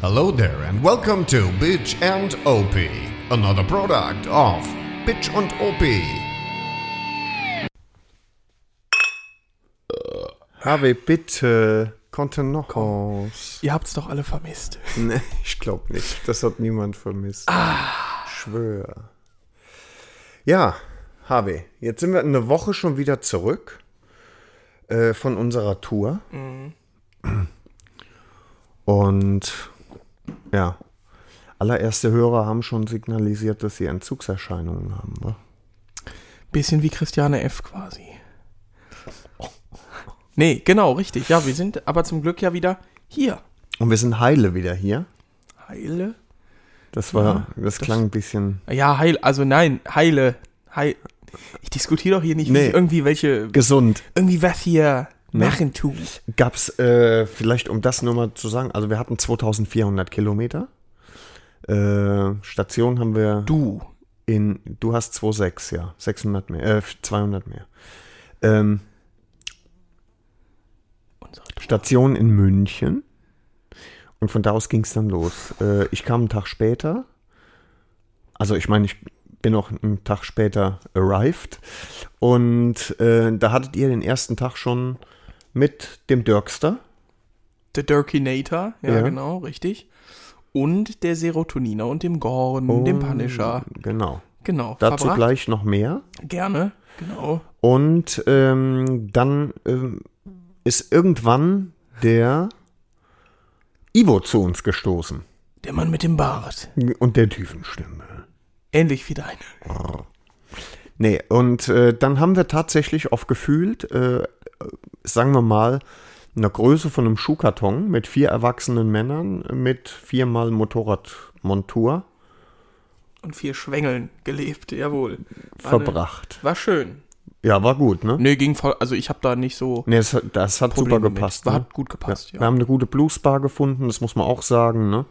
Hello there and welcome to Bitch and OP, another product of Bitch und OP. Harvey, bitte. Kontenance. Ihr habt's doch alle vermisst. Nee, ich glaube nicht. Das hat niemand vermisst. Schwör. Ja, Harvey, jetzt sind wir eine Woche schon wieder zurück äh, von unserer Tour. Und ja, allererste Hörer haben schon signalisiert, dass sie Entzugserscheinungen haben. wa? Bisschen wie Christiane F. quasi. Nee, genau, richtig. Ja, wir sind aber zum Glück ja wieder hier. Und wir sind heile wieder hier. Heile? Das war, das, klang ein bisschen Ja, heil, also nein, heile. Heil. Ich diskutiere doch hier nicht, wie Nee. ich irgendwie welche, gesund. irgendwie was hier machen tu. Gab es, äh, vielleicht um das nur mal zu sagen, also wir hatten 2400 Kilometer. Äh, Station haben wir Du. in, du hast 2,6, ja, 600 mehr, äh, 200 mehr. Ähm, Unsere Station in München und von da aus ging es dann los. Äh, ich kam einen Tag später, also ich meine, ich bin auch einen Tag später arrived und äh, da hattet ihr den ersten Tag schon mit dem Dirkster. Der Dirkinator, ja, Ja. genau, richtig. Und der Serotoniner und dem Gorn, dem Punisher. Genau. Genau. Dazu verbracht. gleich noch mehr. Gerne, genau. Und ähm, dann ähm, ist irgendwann der Ivo zu uns gestoßen. Der Mann mit dem Bart. Und der Tiefenstimme. Ähnlich wie deine. Nee, und äh, dann haben wir tatsächlich auf gefühlt, äh, äh, sagen wir mal, einer Größe von einem Schuhkarton mit vier erwachsenen Männern mit viermal Motorradmontur und vier Schwängeln gelebt, jawohl. War ne- verbracht. War schön. Ja, war gut, ne? Nee, ging voll, also ich habe da nicht so Nee, das, hat- das hat Probleme super gepasst. mit. War, ne? Hat gut gepasst, ja. Wir haben eine gute Bluesbar gefunden, das muss man auch sagen, ne?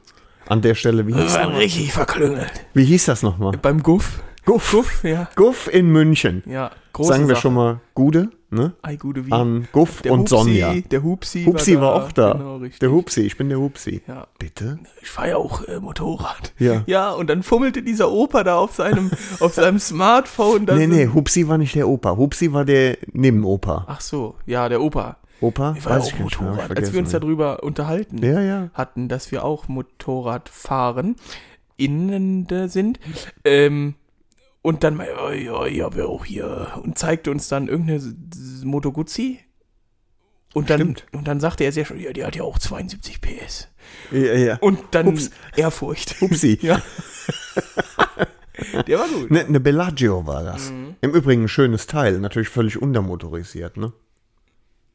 An der Stelle, wie Äh, hieß, richtig verklüngelt. wie hieß das nochmal? Beim Guff. Guff. Guff, ja. Guff in München. Ja, große Sagen wir Sache. schon mal Gude, ne? Ei, gute wie. An Guff Der und Hupsi, Sonja. Der Hupsi, Hupsi war, auch da. Genau, richtig. der Hupsi, ich bin der Hupsi. Ja. Bitte? Ich fahr ja auch äh, Motorrad. Ja. Ja, und dann fummelte dieser Opa da auf seinem, auf seinem Smartphone. Das nee, nee, Hupsi war nicht der Opa. Hupsi war der Nebenopa. Ach so, ja, der Opa. Opa? Ich Ah, war ja auch nicht mehr, hab ich Motorrad, als wir uns vergessen. darüber unterhalten Ja, ja. hatten, dass wir auch Motorrad fahren, innen da sind. Ähm, und dann mal, oh, ja, ja, wir auch hier. Und zeigte uns dann irgendeine S- S- Moto Guzzi. Und dann, Stimmt. und dann sagte er sehr schön, ja, die hat ja auch 72 PS. ja, ja. Und dann Ups. Ehrfurcht. Hupsi. Ja. Der war gut. Ne, eine Bellagio war das. Mhm. Im Übrigen ein schönes Teil, natürlich völlig untermotorisiert, ne?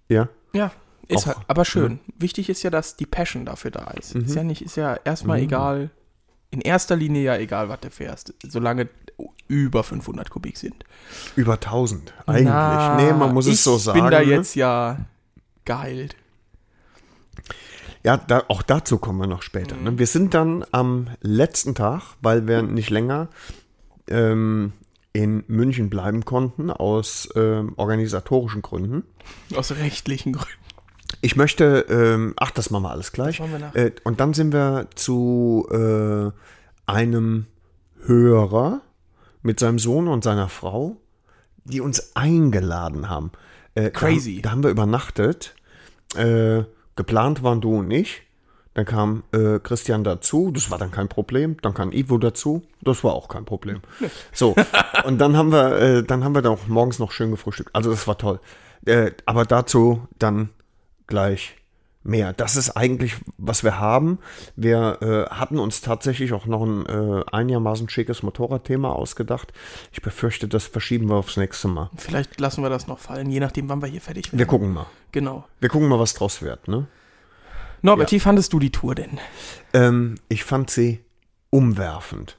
Ja. Ja, ist Auch- halt, aber schön. Wichtig ist ja, dass die Passion dafür da ist. Ist ja nicht, ist ja erstmal egal, in erster Linie ja egal, was du fährst, solange über 500 Kubik sind. Über 1000, eigentlich. Na, nee, man muss es so sagen. Ich bin da ne? jetzt ja geheilt. Ja, da, auch dazu kommen wir noch später. Mhm. Ne? Wir sind dann am letzten Tag, weil wir nicht länger ähm, in München bleiben konnten, aus ähm, organisatorischen Gründen. Aus rechtlichen Gründen. Ich möchte, ähm, ach, das machen wir alles gleich. machen wir nach. äh, und dann sind wir zu äh, einem Hörer mit seinem Sohn und seiner Frau, die uns eingeladen haben. Äh, Crazy. Da, haben- da haben wir übernachtet. Äh, geplant waren du und ich. Dann kam äh, Christian dazu, das war dann kein Problem. Dann kam Ivo dazu, das war auch kein Problem. So, und dann haben wir, äh, dann haben wir da auch morgens noch schön gefrühstückt. Also das war toll. Äh, aber dazu dann gleich mehr. Das ist eigentlich, was wir haben. Wir äh, hatten uns tatsächlich auch noch ein äh, einigermaßen schickes Motorradthema ausgedacht. Ich befürchte, das verschieben wir aufs nächste Mal. Vielleicht lassen wir das noch fallen, je nachdem, wann wir hier fertig werden. Wir gucken mal. Genau. Wir gucken mal, was draus wird. Ne? Norbert, wie fandest du die Tour denn? Ähm, ich fand sie umwerfend.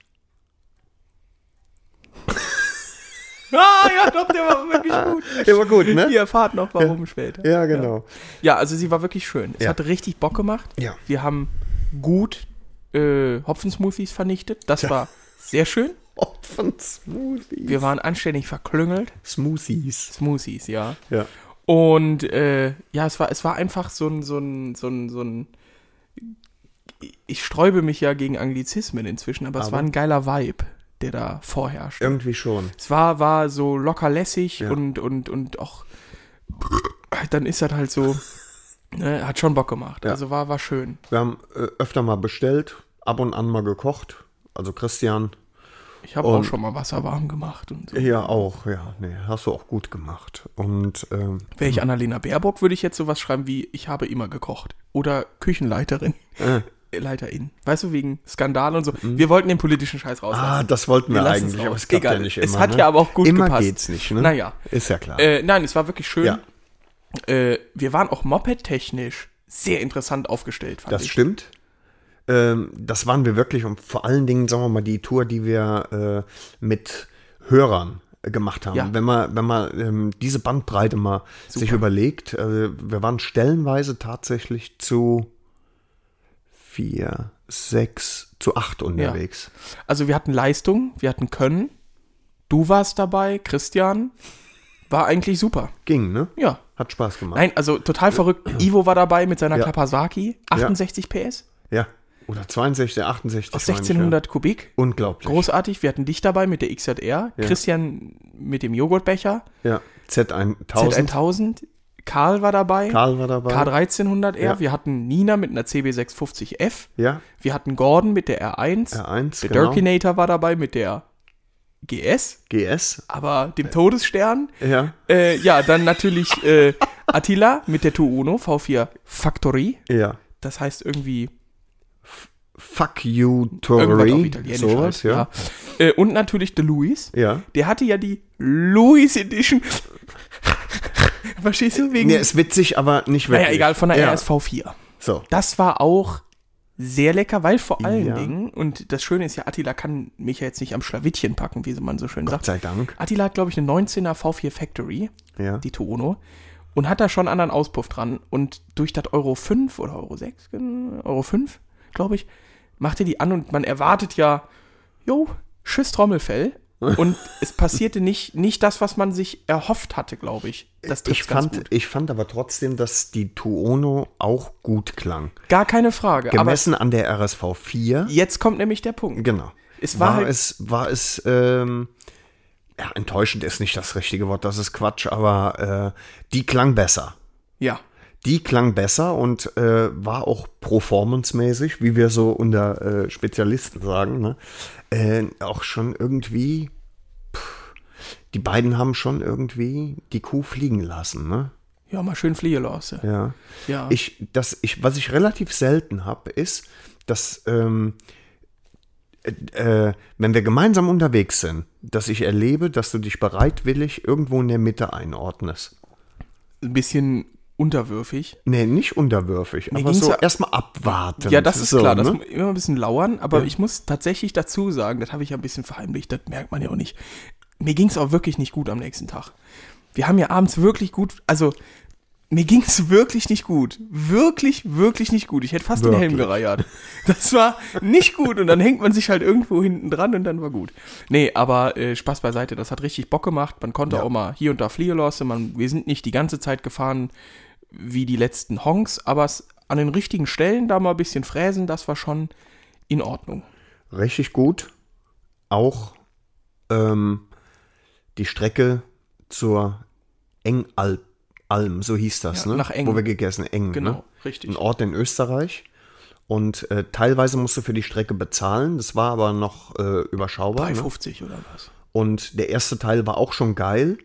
Ah, ja, doch, der war wirklich gut. Ja, war gut, ne? Ihr erfahrt noch, warum später. Ja, genau. Ja, also sie war wirklich schön. Es Ja. hat richtig Bock gemacht. Ja. Wir haben gut äh, Hopfensmoothies vernichtet. Das war sehr schön. Opfern Smoothies. Wir waren anständig verklüngelt. Smoothies. Smoothies, ja. Ja. Und äh, ja, es war, es war einfach so ein, so ein, so ein, so ein ich sträube mich ja gegen Anglizismen inzwischen, aber, es Aber- war ein geiler Vibe, der da vorherrscht. Irgendwie schon. Es war, war so locker lässig Ja. und, und, und auch, dann ist das halt so, ne, hat schon Bock gemacht. Ja. Also war, war schön. Wir haben äh, öfter mal bestellt, ab und an mal gekocht. Also Christian, Ich habe auch schon mal Wasser warm gemacht und so. ja auch, ja, nee, hast du auch gut gemacht. Und ähm, Wäre ich Annalena Baerbock, würde ich jetzt sowas schreiben wie, ich habe immer gekocht. Oder Küchenleiterin. Äh, Leiterin. Weißt du, wegen Skandal und so. Wir wollten den politischen Scheiß Mhm. ah, rauslassen. das wollten wir, Wir lassen es eigentlich, aber raus. es klappt ja Egal. nicht immer. Es hat ne? ja aber auch gut immer gepasst. geht's nicht, ne? Naja. Ist ja klar. äh, nein, es war wirklich schön. Ja. Äh, wir waren auch moped-technisch sehr interessant aufgestellt, fand Das ich. stimmt. Ähm, das waren wir wirklich und vor allen Dingen, sagen wir mal, die Tour, die wir äh, mit Hörern äh, gemacht haben. Ja. Wenn man, wenn man ähm, diese Bandbreite mal sich überlegt, äh, wir waren stellenweise tatsächlich zu vier, sechs, zu acht unterwegs. Also wir hatten Leistung, wir hatten Können. Du warst dabei, Christian. War eigentlich super. Ging, ne? Ja. Hat Spaß gemacht. Nein, also total verrückt. Ivo war dabei mit seiner Ja. Kawasaki. 68 PS Ja. Oder 62, 68. aus meine ich, 1600 Kubik. Ja. Unglaublich. Großartig. Wir hatten dich dabei mit der XJR. Christian mit dem Joghurtbecher. Ja. Z1000. Z1000. Karl war dabei. Karl war dabei. K1300R. Ja. Wir hatten Nina mit einer CB650F. Ja. genau. Wir hatten Gordon mit der R1. R1. Der Durkinator war dabei mit der GS, GS. aber dem Todesstern. Ja. Äh, ja, dann natürlich äh, Attila mit der Tuono V4 Factory. Ja. Das heißt irgendwie Fuck you, irgendwas auf Tory. Italienisch. halt, Sowas, ja. ja. Äh, und natürlich De Luis. Ja. Der hatte ja die Louis Edition. Verstehst du? Wegen. Nee, ist witzig, aber nicht wirklich. naja, egal, von der ja. RSV4. So. Das war auch sehr lecker, weil vor allen Ja. Dingen, und das Schöne ist ja, Attila kann mich ja jetzt nicht am Schlawittchen packen, wie man so schön Gott sagt. sei Dank. Attila hat, glaube ich, eine 19er V4 Factory, Ja. die Tuono, und hat da schon einen anderen Auspuff dran. Und durch das Euro 5 oder Euro 6, äh, Euro 5, glaube ich, macht er die an und man erwartet ja, jo, Schiss Trommelfell. Und es passierte nicht, nicht das, was man sich erhofft hatte, glaube ich. Das ich, trifft's ganz fand, gut. ich fand aber trotzdem, dass die Tuono auch gut klang. Gar keine Frage. Aber Gemessen an der RSV 4. jetzt kommt nämlich der Punkt. Genau. Es war war, halt- es, war es, ähm, ja, enttäuschend ist nicht das richtige Wort, das ist Quatsch, aber äh, die klang besser. Ja. Die klang besser und äh, war auch performancemäßig, wie wir so unter äh, Spezialisten sagen, ne? äh, auch schon irgendwie. Pff, die beiden haben schon irgendwie die Kuh fliegen lassen, ne? Ja, mal schön fliehen lassen. Ja. Ja. Ich, das, ich, was ich relativ selten habe, ist, dass ähm, äh, äh, wenn wir gemeinsam unterwegs sind, dass ich erlebe, dass du dich bereitwillig irgendwo in der Mitte einordnest. Ein bisschen unterwürfig. Nee, nicht unterwürfig, aber ging's so ja- erstmal abwarten. Ja, das ist so, klar. Das Ne? muss immer ein bisschen lauern, aber ich muss tatsächlich dazu sagen, das habe ich ja ein bisschen verheimlicht, das merkt man ja auch nicht. Mir ging es auch wirklich nicht gut am nächsten Tag. Wir haben ja abends wirklich gut, also mir ging es wirklich nicht gut. Wirklich, wirklich nicht gut. Ich hätte fast den Helm Wirklich. gereiert. Das war nicht gut und dann hängt man sich halt irgendwo hinten dran und dann war gut. Nee, aber äh, Spaß beiseite, das hat richtig Bock gemacht. Man konnte auch mal hier und da fliehen lassen. Man, wir sind nicht die ganze Zeit gefahren, wie die letzten Honks, aber es an den richtigen Stellen da mal ein bisschen fräsen, das war schon in Ordnung. Richtig gut. Auch ähm, die Strecke zur Engalm, Alm, so hieß das, Ja, ne? nach Eng. Wo wir gegessen, Eng. Genau, ne? richtig. ein Ort in Österreich. Und äh, teilweise musst du für die Strecke bezahlen. Das war aber noch äh, überschaubar. Ne? 3,50 oder was? Und der erste Teil war auch schon geil.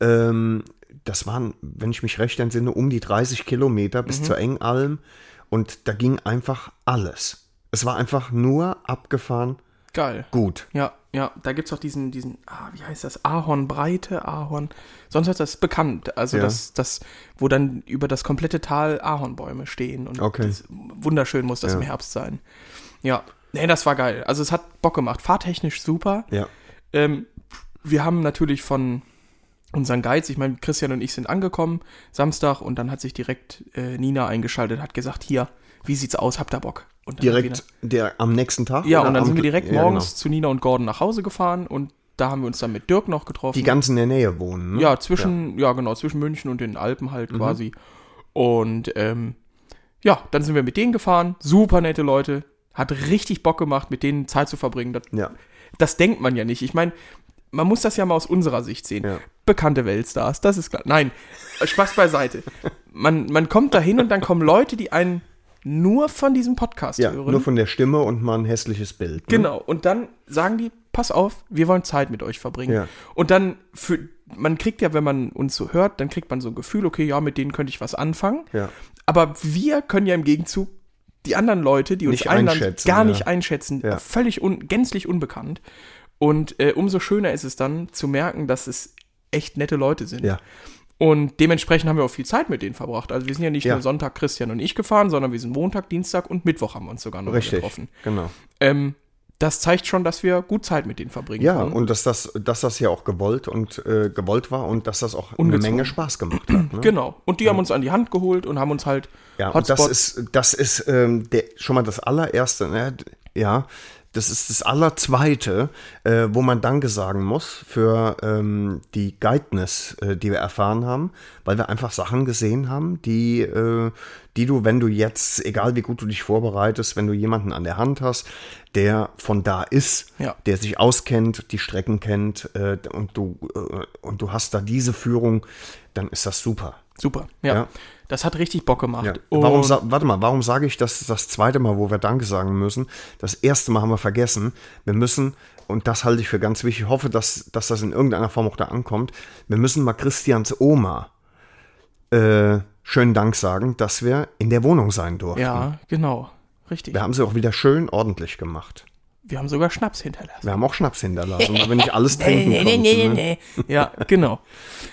Ähm, das waren, wenn ich mich recht entsinne, um die 30 Kilometer Mhm. bis zur Engalm. Und da ging einfach alles. Es war einfach nur abgefahren Geil. gut. Ja, ja, da gibt's auch diesen, diesen, ah, wie heißt das? Ahornbreite, Ahorn. Sonst ist das bekannt. Also Ja. das, das, wo dann über das komplette Tal Ahornbäume stehen und Okay. das, wunderschön muss das im Herbst sein. Ja. Nee, das war geil. Also es hat Bock gemacht. Fahrtechnisch super. Ja. Ähm, wir haben natürlich von unseren Guides, ich meine, Christian und ich sind angekommen, Samstag, und dann hat sich direkt äh, Nina eingeschaltet, hat gesagt, hier, wie sieht's aus, habt ihr Bock? Und dann Direkt der, am nächsten Tag. Wir, ja, oder und dann am- sind wir direkt ja, morgens Genau. zu Nina und Gordon nach Hause gefahren und da haben wir uns dann mit Dirk noch getroffen. Die ganz in der Nähe wohnen. Ne? ja, zwischen, ja. genau, zwischen München und den Alpen Mhm. halt quasi. Und ähm, ja, dann sind wir mit denen gefahren, super nette Leute, Hat richtig Bock gemacht, mit denen Zeit zu verbringen. Das, Ja. das denkt man ja nicht. Ich meine, man muss das ja mal aus unserer Sicht sehen. Ja. Bekannte Weltstars, das ist klar. Nein, Spaß beiseite. Man, man kommt da hin und dann kommen Leute, die einen nur von diesem Podcast Ja, hören. nur von der Stimme und mal ein hässliches Bild. Ne? Genau. Und dann sagen die, pass auf, wir wollen Zeit mit euch verbringen. Ja. Und dann für, man kriegt ja, wenn man uns so hört, dann kriegt man so ein Gefühl, okay, ja, mit denen könnte ich was anfangen. Ja. Aber wir können ja im Gegenzug die anderen Leute, die uns Nicht einladen, einschätzen, gar ja. nicht einschätzen, Ja. völlig un, gänzlich unbekannt. Und äh, umso schöner ist es dann zu merken, dass es echt nette Leute sind. Ja. Und dementsprechend haben wir auch viel Zeit mit denen verbracht. Also wir sind ja nicht Ja. nur Sonntag Christian und ich gefahren, sondern wir sind Montag, Dienstag und Mittwoch haben wir uns sogar noch Richtig. getroffen Genau. ähm, das zeigt schon, dass wir gut Zeit mit denen verbringen. Ja, können. und dass das, dass das ja auch gewollt und äh, gewollt war und dass das auch Ungezwungen. eine Menge Spaß gemacht hat. Ne? genau. Und die haben uns an die Hand geholt und haben uns halt Ja, und das Hotspots- ist, das ist ähm, der, schon mal das allererste, ne? ja, das ist das allerzweite, äh, wo man Danke sagen muss für ähm, die Guidness, äh, die wir erfahren haben, weil wir einfach Sachen gesehen haben, die, äh, die du, wenn du jetzt, egal wie gut du dich vorbereitest, wenn du jemanden an der Hand hast, der von da ist, Ja. der sich auskennt, die Strecken kennt äh, und, du, äh, und du hast da diese Führung, dann ist das super. super. Ja. Ja. Das hat richtig Bock gemacht. Ja. Und Warum, sa- warte mal, warum sage ich das das zweite Mal, wo wir Danke sagen müssen? Das erste Mal haben wir vergessen. Wir müssen, und das halte ich für ganz wichtig, ich hoffe, dass, dass das in irgendeiner Form auch da ankommt, wir müssen mal Christians Oma äh, schönen Dank sagen, dass wir in der Wohnung sein durften. ja, genau. Richtig. Wir haben sie auch wieder schön ordentlich gemacht. Wir haben sogar Schnaps hinterlassen. Wir haben auch Schnaps hinterlassen, weil wir nicht alles trinken konnten. ne? Ja, genau.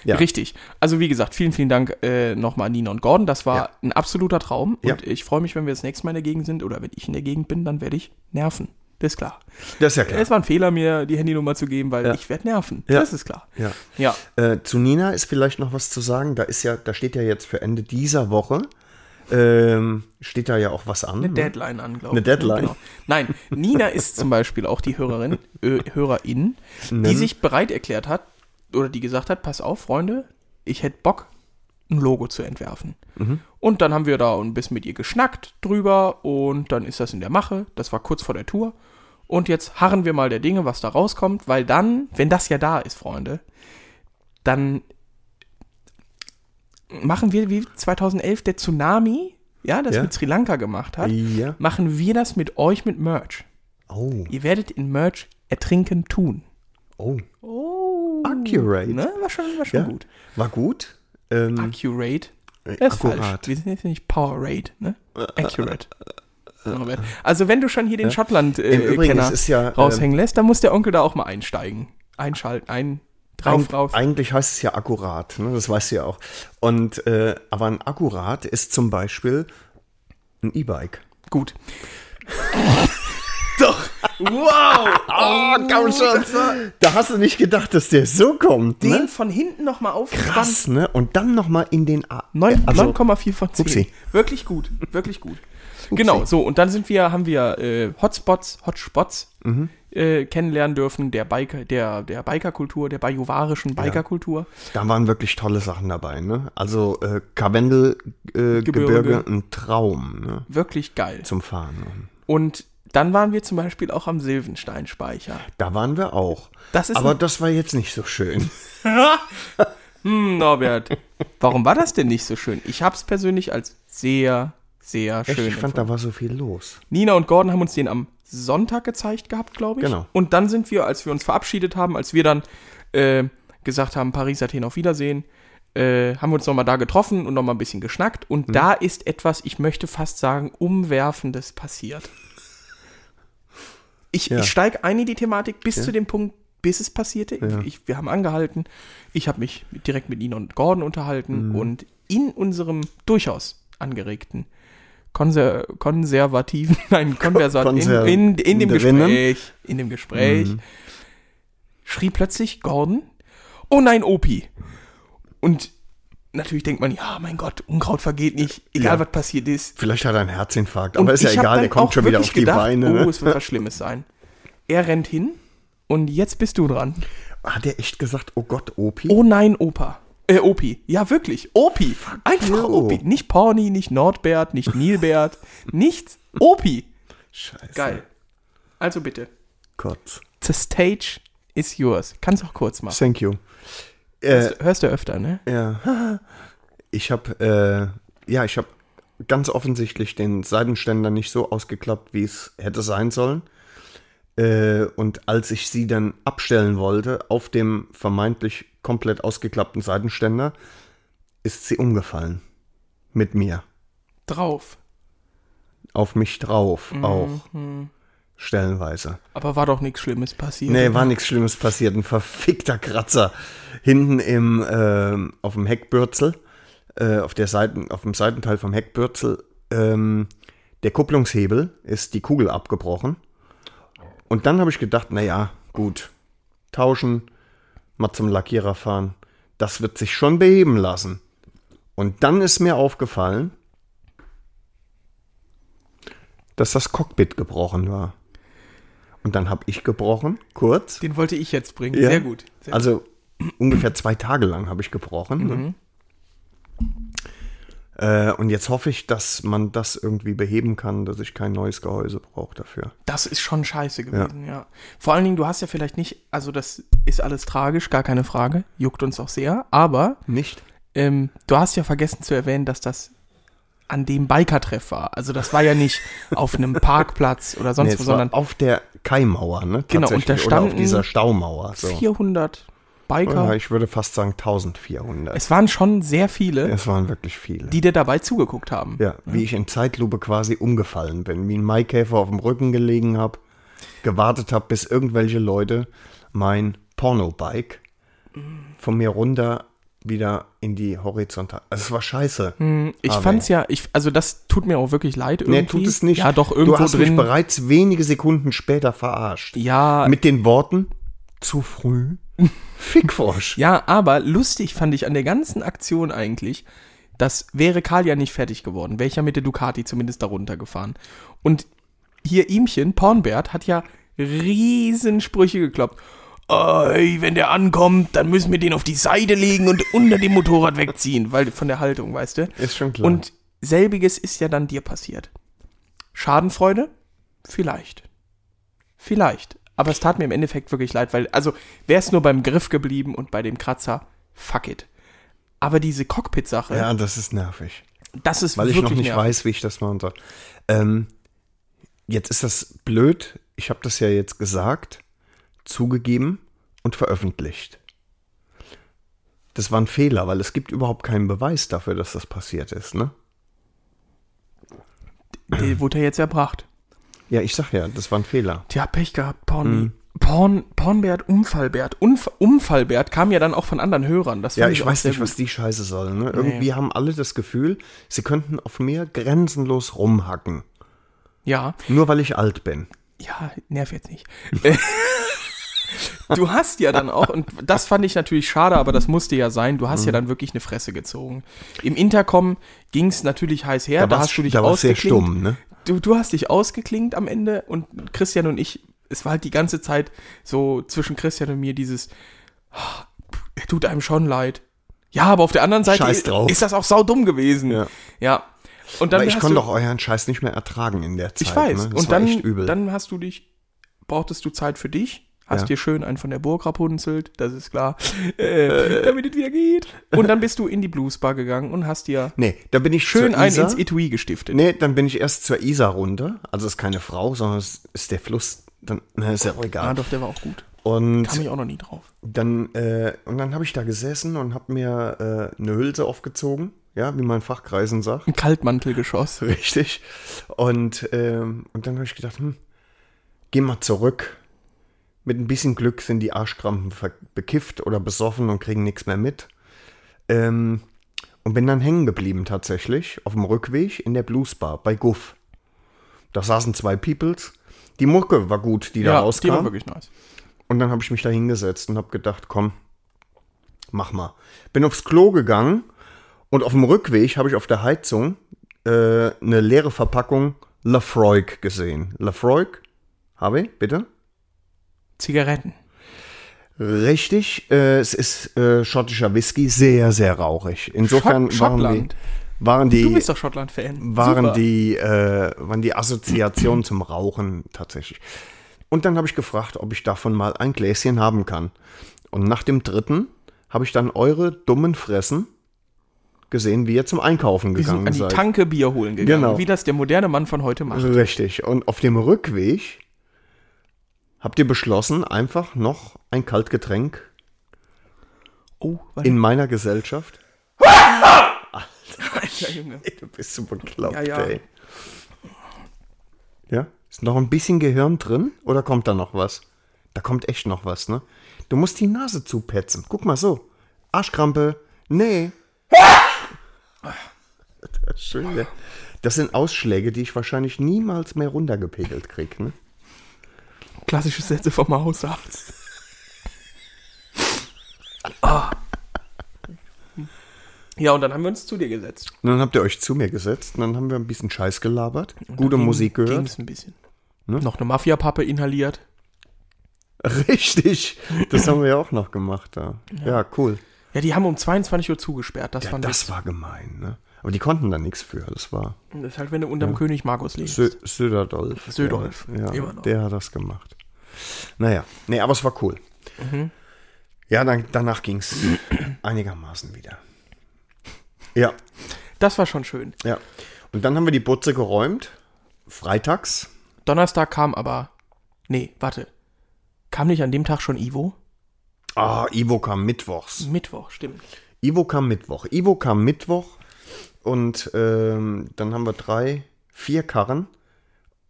Ja. Richtig. Also wie gesagt, vielen, vielen Dank äh, nochmal an Nina und Gordon. Das war Ja. ein absoluter Traum. Ja. Und ich freue mich, wenn wir das nächste Mal in der Gegend sind oder wenn ich in der Gegend bin, dann werde ich nerven. Das ist klar. Das ist ja klar. Es war ein Fehler, mir die Handynummer zu geben, weil ich werde nerven. Ja. Das ist klar. Ja. ja. Äh, zu Nina ist vielleicht noch was zu sagen. Da ist ja, da steht ja jetzt für Ende dieser Woche ähm, steht da ja auch was an. ne? eine Deadline an, glaube Hm? Eine ich. ne? Genau. Deadline. Nein, Nina ist zum Beispiel auch die Hörerin, äh, Hörerin, die sich bereit erklärt hat oder die gesagt hat, pass auf, Freunde, ich hätte Bock, ein Logo zu entwerfen. Und dann haben wir da ein bisschen mit ihr geschnackt drüber und dann ist das in der Mache. Das war kurz vor der Tour. Und jetzt harren wir mal der Dinge, was da rauskommt, weil dann, wenn das ja da ist, Freunde, dann machen wir wie 2011 der Tsunami, ja, das Ja. mit Sri Lanka gemacht hat, Ja. machen wir das mit euch mit Merch. Oh, Ihr werdet in Merch ertrinken tun. oh. Oh. Accurate. Ne? War schon, war schon Ja. gut. War gut. Ähm, Accurate. äh, Das ist falsch. akkurat. Wir sind jetzt nicht Powerade, ne? Accurate. Norbert. Also wenn du schon hier den Schottland äh, Im Übrigen, Kenner es ist ja, ähm, raushängen lässt, dann muss der Onkel da auch mal einsteigen. Einschalten, ein drauf Eig- rauf. Eigentlich heißt es ja akkurat, ne? das weißt du ja auch. Und äh, aber ein akkurat ist zum Beispiel ein E-Bike. Gut. Doch. Wow. Oh, komm schon! Da hast du nicht gedacht, dass der so kommt. Den Ne? von hinten nochmal aufgespannt. Krass, ne? Und dann nochmal in den A. Neun- also- 9,4 von 10. Upsi. Wirklich gut, wirklich gut. Genau, so, und dann sind wir, haben wir äh, Hotspots, Hotspots Mhm. äh, kennenlernen dürfen, der Biker, der, der Bikerkultur, der bajuwarischen Bikerkultur. Da waren wirklich tolle Sachen dabei, ne? Also äh, Karwendelgebirge, äh, Gebirge, ein Traum ne? Wirklich geil. zum Fahren. Und dann waren wir zum Beispiel auch am Silvensteinspeicher. Da waren wir auch. Das ist Aber ein- das war jetzt nicht so schön. Hm, Norbert, warum war das denn nicht so schön? Ich hab's persönlich als sehr, sehr schön Echt, ich fand, empfunden. da war so viel los. Nina und Gordon haben uns den am Sonntag gezeigt gehabt, glaube ich. Genau. Und dann sind wir, als wir uns verabschiedet haben, als wir dann äh, gesagt haben, Paris, Athen, auf Wiedersehen, äh, haben wir uns nochmal da getroffen und nochmal ein bisschen geschnackt. Und da ist etwas, ich möchte fast sagen, Umwerfendes passiert. Ich, ich steige ein in die Thematik bis zu dem Punkt, bis es passierte. Ich, wir haben angehalten. Ich habe mich direkt mit Nina und Gordon unterhalten und in unserem durchaus angeregten konser konservativen, nein, konversativen, Konser- in, in, in dem drinnen. Gespräch, in dem Gespräch, schrie plötzlich Gordon, oh nein, Opi. Und natürlich denkt man, ja, mein Gott, Unkraut vergeht nicht, egal was passiert ist. Vielleicht hat er einen Herzinfarkt, Und aber ist ja ich hab egal, dann der kommt auch schon wieder wirklich auf die gedacht, Beine. Oh, Ne? es wird was Schlimmes sein. Er rennt hin und jetzt bist du dran. Hat er echt gesagt, oh Gott, Opi? Oh nein, Opa. Äh, Opi. Ja, wirklich. Opi. Einfach you. Opi. Nicht Porni, nicht Nordbert, nicht Nilbert. nichts. Opi. Scheiße. Geil. Also bitte. Kurz. The stage is yours. Kannst auch kurz machen. Thank you. Äh, Das hörst du öfter, ne? ja. Ich habe, äh, ja, ich habe ganz offensichtlich den Seitenständer nicht so ausgeklappt, wie es hätte sein sollen. Äh, und als ich sie dann abstellen wollte, auf dem vermeintlich komplett ausgeklappten Seitenständer, ist sie umgefallen. Mit mir. Drauf. Auf mich drauf auch. Stellenweise. Aber war doch nichts Schlimmes passiert. Nee, war nichts Schlimmes passiert. Ein verfickter Kratzer hinten im, ähm, auf dem Heckbürzel, äh, auf, der Seiten, auf dem Seitenteil vom Heckbürzel. Ähm, der Kupplungshebel ist die Kugel abgebrochen. Und dann habe ich gedacht, naja, gut, tauschen, mal zum Lackierer fahren. Das wird sich schon beheben lassen. Und dann ist mir aufgefallen, dass das Cockpit gebrochen war. Und dann habe ich gebrochen, kurz. Den wollte ich jetzt bringen. Ja. Sehr gut. Sehr Also ungefähr zwei Tage lang habe ich gebrochen. Ne? Mhm. Äh, und jetzt hoffe ich, dass man das irgendwie beheben kann, dass ich kein neues Gehäuse brauche dafür. Das ist schon scheiße gewesen, ja. Vor allen Dingen, du hast ja vielleicht nicht, also das ist alles tragisch, gar keine Frage, juckt uns auch sehr, aber Nicht? ähm, du hast ja vergessen zu erwähnen, dass das an dem Biker-Treff war. Also das war ja nicht auf einem Parkplatz oder sonst Nee, wo, es war sondern auf der Kaimauer, ne? Genau, und da Tatsächlich. Oder auf standen dieser Staumauer. So. 400 Biker. Ja, ich würde fast sagen 1400. Es, es waren schon sehr viele, waren wirklich viele. die dir dabei zugeguckt haben. ja, wie ich in Zeitlupe quasi umgefallen bin, wie ein Maikäfer auf dem Rücken gelegen habe, gewartet habe, bis irgendwelche Leute mein Pornobike Mm. von mir runter wieder in die Horizontal. Also es war scheiße. Hm, Ich Aber- fand's ja, ich, also das tut mir auch wirklich leid irgendwie. ah, Nee, tut es nicht. Ja, doch, du irgendwo hast mich drin. bereits wenige Sekunden später verarscht. ja, Mit den Worten, zu früh, Fickforsch. Ja, aber lustig fand ich an der ganzen Aktion eigentlich, dass wäre Karl ja nicht fertig geworden, wäre ich ja mit der Ducati zumindest darunter gefahren. Und hier ihmchen, Pornbert, hat ja riesen Sprüche gekloppt. Oh, hey, wenn der ankommt, dann müssen wir den auf die Seite legen und unter dem Motorrad wegziehen, weil von der Haltung, weißt du? Ist schon klar. Und selbiges ist ja dann dir passiert. Schadenfreude? Vielleicht. Vielleicht. Aber es tat mir im Endeffekt wirklich leid, weil, also, wäre es nur beim Griff geblieben und bei dem Kratzer, fuck it. Aber diese Cockpit-Sache, ja, das ist nervig. das ist Weil ich wirklich noch nicht nervig. weiß, wie ich das machen soll. Ähm, jetzt ist das blöd. Ich habe das ja jetzt gesagt, zugegeben und veröffentlicht. Das war ein Fehler, weil es gibt überhaupt keinen Beweis dafür, dass das passiert ist. Ne? Die wurde ja jetzt erbracht. Ja, ich sag ja, das war ein Fehler. Tja, Pech gehabt, Porni. Hm. Porn, Pornbert, Unfallbert. Unf Unfallbert kam ja dann auch von anderen Hörern. Das Ja, fand ich auch weiß sehr nicht, gut. was die Scheiße soll. Ne? Irgendwie haben alle das Gefühl, sie könnten auf mir grenzenlos rumhacken. Ja, Nur weil ich alt bin. ja, nerv jetzt nicht. du hast ja dann auch, und das fand ich natürlich schade, aber das musste ja sein, du hast Mhm. ja dann wirklich eine Fresse gezogen. Im Intercom ging es natürlich heiß her, da, war's- hast du dich da war's sehr ausgeklinkt. stumm, ne? Du, du hast dich ausgeklinkt am Ende und Christian und ich, es war halt die ganze Zeit so zwischen Christian und mir dieses, "Ah, er tut einem schon leid. Ja, aber auf der anderen Seite Scheiß ist, drauf. ist das auch saudumm gewesen. Ja. ja. Und dann Weil ich hast konnte du- doch euren Scheiß nicht mehr ertragen in der Zeit. ich weiß. Ne? Das Und war dann, echt übel. dann hast du dich, brauchtest du Zeit für dich, hast Ja. dir schön einen von der Burg rapunzelt, das ist klar, äh, damit es wieder geht. Und dann bist du in die Bluesbar gegangen und hast dir nee, da bin ich schön zur einen Isar. ins Etui gestiftet. Nee, dann bin ich erst zur Isar runter. Also es ist keine Frau, sondern es ist der Fluss. Dann, na, ist ja auch Ah, egal. doch, der war auch gut. und Kam ich auch noch nie drauf. dann, äh, und dann habe ich da gesessen und habe mir äh, eine Hülse aufgezogen, ja, wie man in Fachkreisen sagt. Ein Kaltmantelgeschoss. Richtig. Und, ähm, und dann habe ich gedacht, hm, geh mal zurück. Mit ein bisschen Glück sind die Arschkrampen ver- bekifft oder besoffen und kriegen nichts mehr mit. Ähm, und bin dann hängen geblieben tatsächlich auf dem Rückweg in der Bluesbar bei Guff. Da saßen zwei Peoples. Die Mucke war gut, die da die war rauskam. wirklich nice. Und dann habe ich mich da hingesetzt und habe gedacht, komm, mach mal. Bin aufs Klo gegangen und auf dem Rückweg habe ich auf der Heizung äh, eine leere Verpackung Lafroig gesehen. Lafroig? Habe, bitte? Zigaretten. Richtig, äh, es ist äh, schottischer Whisky, sehr, sehr rauchig. Insofern Schott- waren die, Schottland. waren die, Du bist doch Schottland-Fan. waren Super. die, äh, waren die Assoziationen zum Rauchen tatsächlich. Und dann habe ich gefragt, ob ich davon mal ein Gläschen haben kann. Und nach dem dritten habe ich dann eure dummen Fressen gesehen, wie ihr zum Einkaufen Wir sind gegangen an die seid. Tanke Bier holen gegangen, Genau. Also, wie das der moderne Mann von heute macht. Richtig. Und auf dem Rückweg habt ihr beschlossen, einfach noch ein Kaltgetränk Oh, warte, in meiner Gesellschaft. Alter Junge. Ey, du bist so bekloppt, Ja, ja. ey. Ja? Ist noch ein bisschen Gehirn drin oder kommt da noch was? Da kommt echt noch was, ne? Du musst die Nase zupetzen. Guck mal so. Arschkrampe. Nee. Das, ist schön, ne? das sind Ausschläge, die ich wahrscheinlich niemals mehr runtergepegelt krieg, ne? Klassische Sätze vom Hausarzt. Ah. Ja, und dann haben wir uns zu dir gesetzt. Und dann habt ihr euch zu mir gesetzt und dann haben wir ein bisschen Scheiß gelabert, gute Ging- Musik Ging gehört. Ne? es ein bisschen. Noch eine Mafia-Pappe inhaliert. Richtig, das haben wir ja auch noch gemacht da. Ja, cool. Ja, die haben um 22 Uhr zugesperrt. Das Ja, fand das war gemein, ne? Aber die konnten da nichts für. Das war ich. Das ist halt, wenn du unterm König Markus lebst. Sö Söderdolf. Södolf, Ja, ja immer noch. der hat das gemacht. Naja, nee, aber es war cool. Mhm. Ja, dann, danach ging es einigermaßen wieder. Ja, Das war schon schön. ja. Und dann haben wir die Butze geräumt. Freitags. Donnerstag kam aber. Nee, warte. Kam nicht an dem Tag schon Ivo? Ah, Ivo kam mittwochs. Mittwoch, stimmt. Ivo kam Mittwoch. Ivo kam Mittwoch und ähm, dann haben wir drei, vier Karren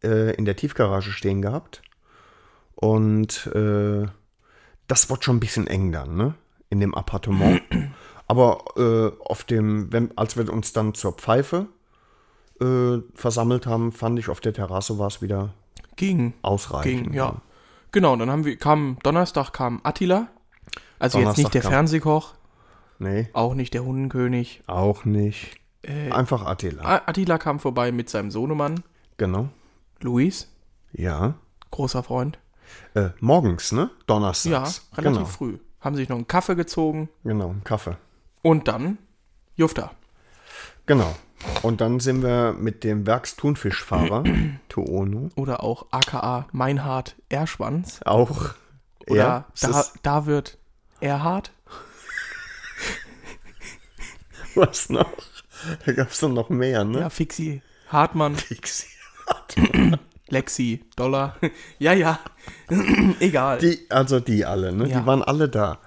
äh, in der Tiefgarage stehen gehabt. Und äh, das wird schon ein bisschen eng dann, ne? In dem Appartement. Aber äh, auf dem, wenn, als wir uns dann zur Pfeife äh, versammelt haben, fand ich auf der Terrasse war es wieder Ging. ausreichend. Ging, ja. Genau, dann haben wir, kam, Donnerstag kam Attila. Also jetzt Donnerstag nicht der kam- Fernsehkoch, Nee, auch nicht der Hundenkönig. auch nicht. Äh. Einfach Attila. A- Attila kam vorbei mit seinem Sohnemann, Genau. Luis, Ja. großer Freund. Äh, morgens, ne? Ja, Donnerstags. relativ genau. früh. Haben sich noch einen Kaffee gezogen Genau, einen Kaffee. und dann Jufta. Genau. Und dann sind wir mit dem Werkstunfischfahrer, Toono, Oder auch aka Meinhard Erschwanz. auch. Oder es da, ist, da wird Erhard. was noch? Da gab es dann noch mehr, ne? Ja, Fixi, Hartmann, Pixie. Lexi, Dollar. ja, ja. Egal. Die, also die alle, ne? Ja. Die waren alle da.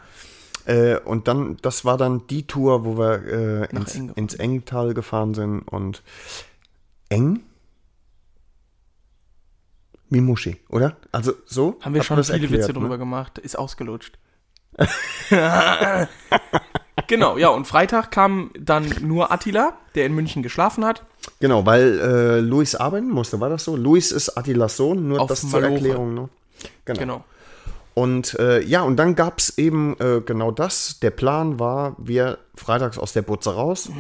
Äh, und dann, das war dann die Tour, wo wir äh, ins, Eng gefahren. ins Engtal gefahren sind und eng? Wie Muschi, oder? Also so? Haben wir hat schon man das viele erklärt, Witze ne? drüber gemacht. Ist ausgelutscht. genau, ja, und Freitag kam dann nur Attila, der in München geschlafen hat. Genau, weil äh, Luis arbeiten musste, war das so? Luis ist Attilas Sohn, nur Auf das zur Mallorca. Erklärung. Ne? Genau. Genau. Und äh, ja, und dann gab es eben äh, genau das. Der Plan war, wir freitags aus der Butze raus,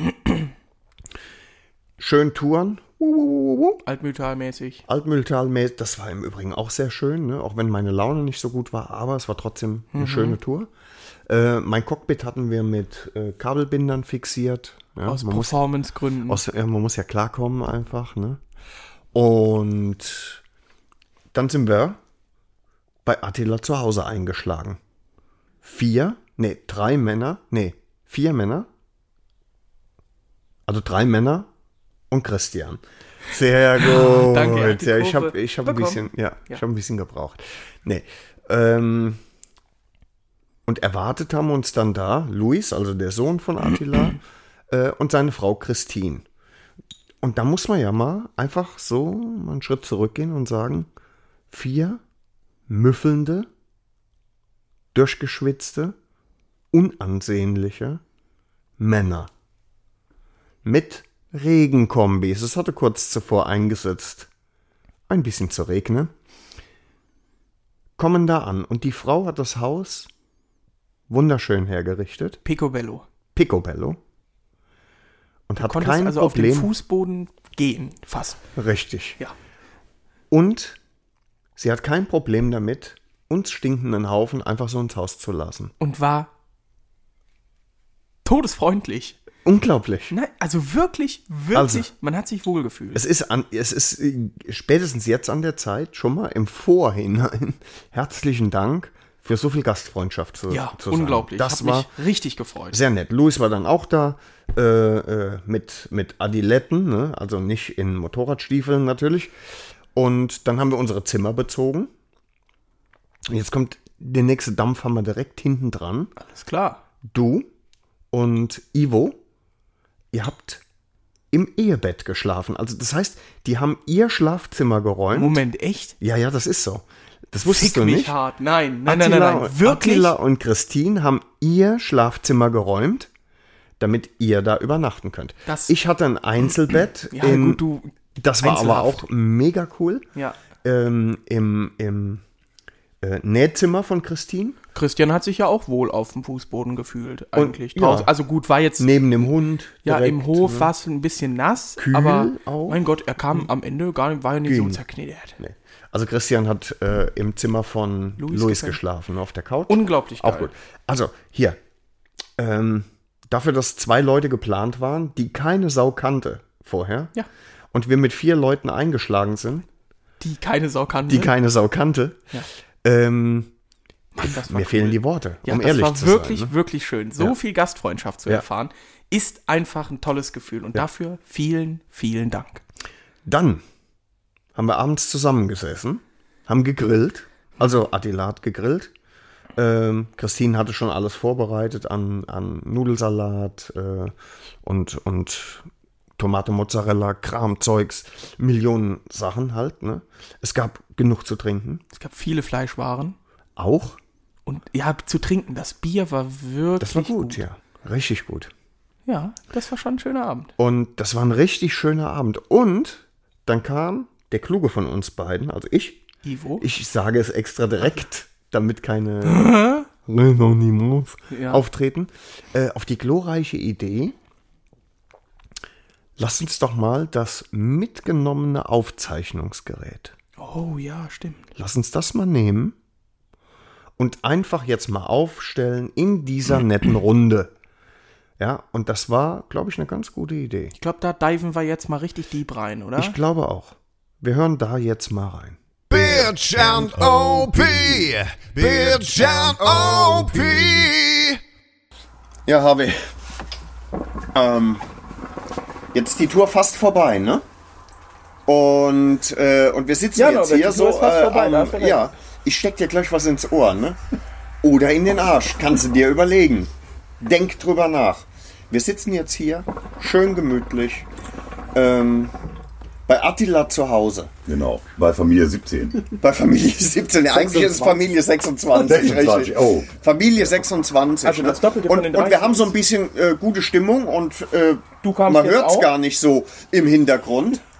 schön touren, Altmühltal-mäßig. Altmühltal, mä- das war im Übrigen auch sehr schön, ne? auch wenn meine Laune nicht so gut war, aber es war trotzdem Mhm. eine schöne Tour. Äh, mein Cockpit hatten wir mit äh, Kabelbindern fixiert. Ja, Aus man muss Performancegründen. Aus, ja, man muss ja klarkommen einfach, ne? Und dann sind wir bei Attila zu Hause eingeschlagen. Vier, nee, drei Männer, nee, vier Männer. Also drei Männer und Christian. Sehr gut. Danke, er hat die ja, ich Kurve habe ich hab ein bekommen. bisschen, ja, Ja. ich habe ein bisschen gebraucht. Nee. Ähm, und erwartet haben uns dann da Luis, also der Sohn von Attila, äh, und seine Frau Christine. Und da muss man ja mal einfach so mal einen Schritt zurückgehen und sagen, vier müffelnde, durchgeschwitzte, unansehnliche Männer mit Regenkombis. Es hatte kurz zuvor eingesetzt, ein bisschen zu regnen. Kommen da an und die Frau hat das Haus wunderschön hergerichtet. Picobello. Picobello. Und hat Konntest kein also Problem. auf dem Fußboden gehen, fast. Richtig. Ja. Und sie hat kein Problem damit, uns stinkenden Haufen einfach so ins Haus zu lassen. Und war todesfreundlich. Unglaublich. Nein, also wirklich, wirklich, Also. man hat sich wohlgefühlt. Es ist, an, es ist äh, spätestens jetzt an der Zeit, schon mal im Vorhinein, herzlichen Dank für so viel Gastfreundschaft zu, ja, zu sagen. unglaublich. Das Hab war mich richtig gefreut. sehr nett. Luis war dann auch da äh, äh, mit, mit Adiletten, ne? also nicht in Motorradstiefeln natürlich. Und dann haben wir unsere Zimmer bezogen. Und jetzt kommt der nächste Dampfhammer direkt hinten dran. Alles klar. Du und Ivo, ihr habt im Ehebett geschlafen. Also das heißt, die haben ihr Schlafzimmer geräumt. Moment, echt? Ja, ja, das ist so. Das wusstest Fick du mich nicht. hart. Nein, nein, nein, nein, Attila- nein. Wirklich? Attila und Christine haben ihr Schlafzimmer geräumt, damit ihr da übernachten könnt. Das- ich hatte ein Einzelbett. Ja, in, gut, du. das war aber Einzelhaft. auch mega cool. Ja. Ähm, Im im äh, Nähzimmer von Christine, Christian hat sich ja auch wohl auf dem Fußboden gefühlt, eigentlich. ja. draußen. Also gut, war jetzt neben dem Hund. ja direkt, im Hof ne? war es ein bisschen nass, aber auch. Hm. mein Gott, er kam am Ende gar nicht, war ja nicht so zerknittert. Nee. Also Christian hat äh, im Zimmer von Luis Luis, gepennt. geschlafen, auf der Couch. Unglaublich geil. Auch gut. Also, hier. Ähm, dafür, dass zwei Leute geplant waren, die keine Sau kannte vorher. Ja. Und wir mit vier Leuten eingeschlagen sind, Die keine Sau kannte. die keine Sau kannte. Mhm. Ja. Ähm, Mann, das mir war fehlen die Worte, Ja, um das ehrlich war zu wirklich, sein. Ne? wirklich schön. So viel Gastfreundschaft zu Ja. erfahren, ist einfach ein tolles Gefühl. Und dafür vielen, vielen Dank. Dann haben wir abends zusammengesessen, haben gegrillt. Also Attila hat gegrillt. Ähm, Christine hatte schon alles vorbereitet an, an Nudelsalat äh, und, und Tomate, Mozzarella, Kram, Zeugs, Millionen Sachen halt. Ne? Es gab genug zu trinken. Es gab viele Fleischwaren. Auch. Und ja, zu trinken, das Bier war wirklich Das war gut, ja. Richtig gut. Ja, das war schon ein schöner Abend. Und das war ein richtig schöner Abend. Und dann kam der Kluge von uns beiden, also ich, Ivo. Ich sage es extra direkt, damit keine Renonymous Ja. auftreten. Äh, auf die glorreiche Idee, lass uns doch mal das mitgenommene Aufzeichnungsgerät, Oh ja, stimmt. lass uns das mal nehmen und einfach jetzt mal aufstellen in dieser netten Runde. Ja, und das war, glaube ich, eine ganz gute Idee. Ich glaube, da diven wir jetzt mal richtig deep rein, oder? Ich glaube auch. Wir hören da jetzt mal rein. Bitch and OP. Bitch and OP. Ja, Harvey. Ähm, jetzt die Tour fast vorbei, ne? Und, äh, und wir sitzen Ja, jetzt Norbert, hier die Tour so. ist fast äh, vorbei, am- da hast du recht. ja, ich steck dir gleich was ins Ohr, ne? Oder in den Arsch, kannst du dir überlegen. Denk drüber nach. Wir sitzen jetzt hier, schön gemütlich, ähm, bei Attila zu Hause. Genau, bei Familie 17. Bei Familie 17. Ja, Eigentlich ist es 26. Familie 26. 26, richtig. oh. Familie 26. Also das Doppelte von und, den Und 30. wir haben so ein bisschen äh, gute Stimmung und äh, Du kamst man jetzt hört es auch? gar nicht so im Hintergrund.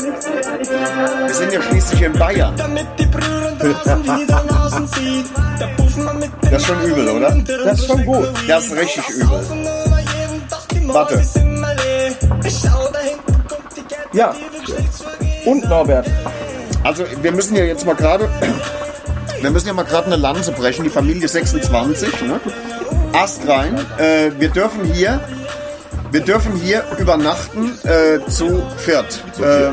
Wir sind ja schließlich in Bayern. Damit die Brüder draußen wieder draußen sieht. Da puffen wir mit Das ist schon übel, oder? Das ist schon gut. Das ist richtig übel. Warte. Warte. Ja. Und Norbert. Also wir müssen ja jetzt mal gerade, wir müssen ja mal gerade eine Lanze brechen. Die Familie 26, ne? Ast rein. Äh, wir dürfen hier, wir dürfen hier übernachten äh, zu viert. Äh,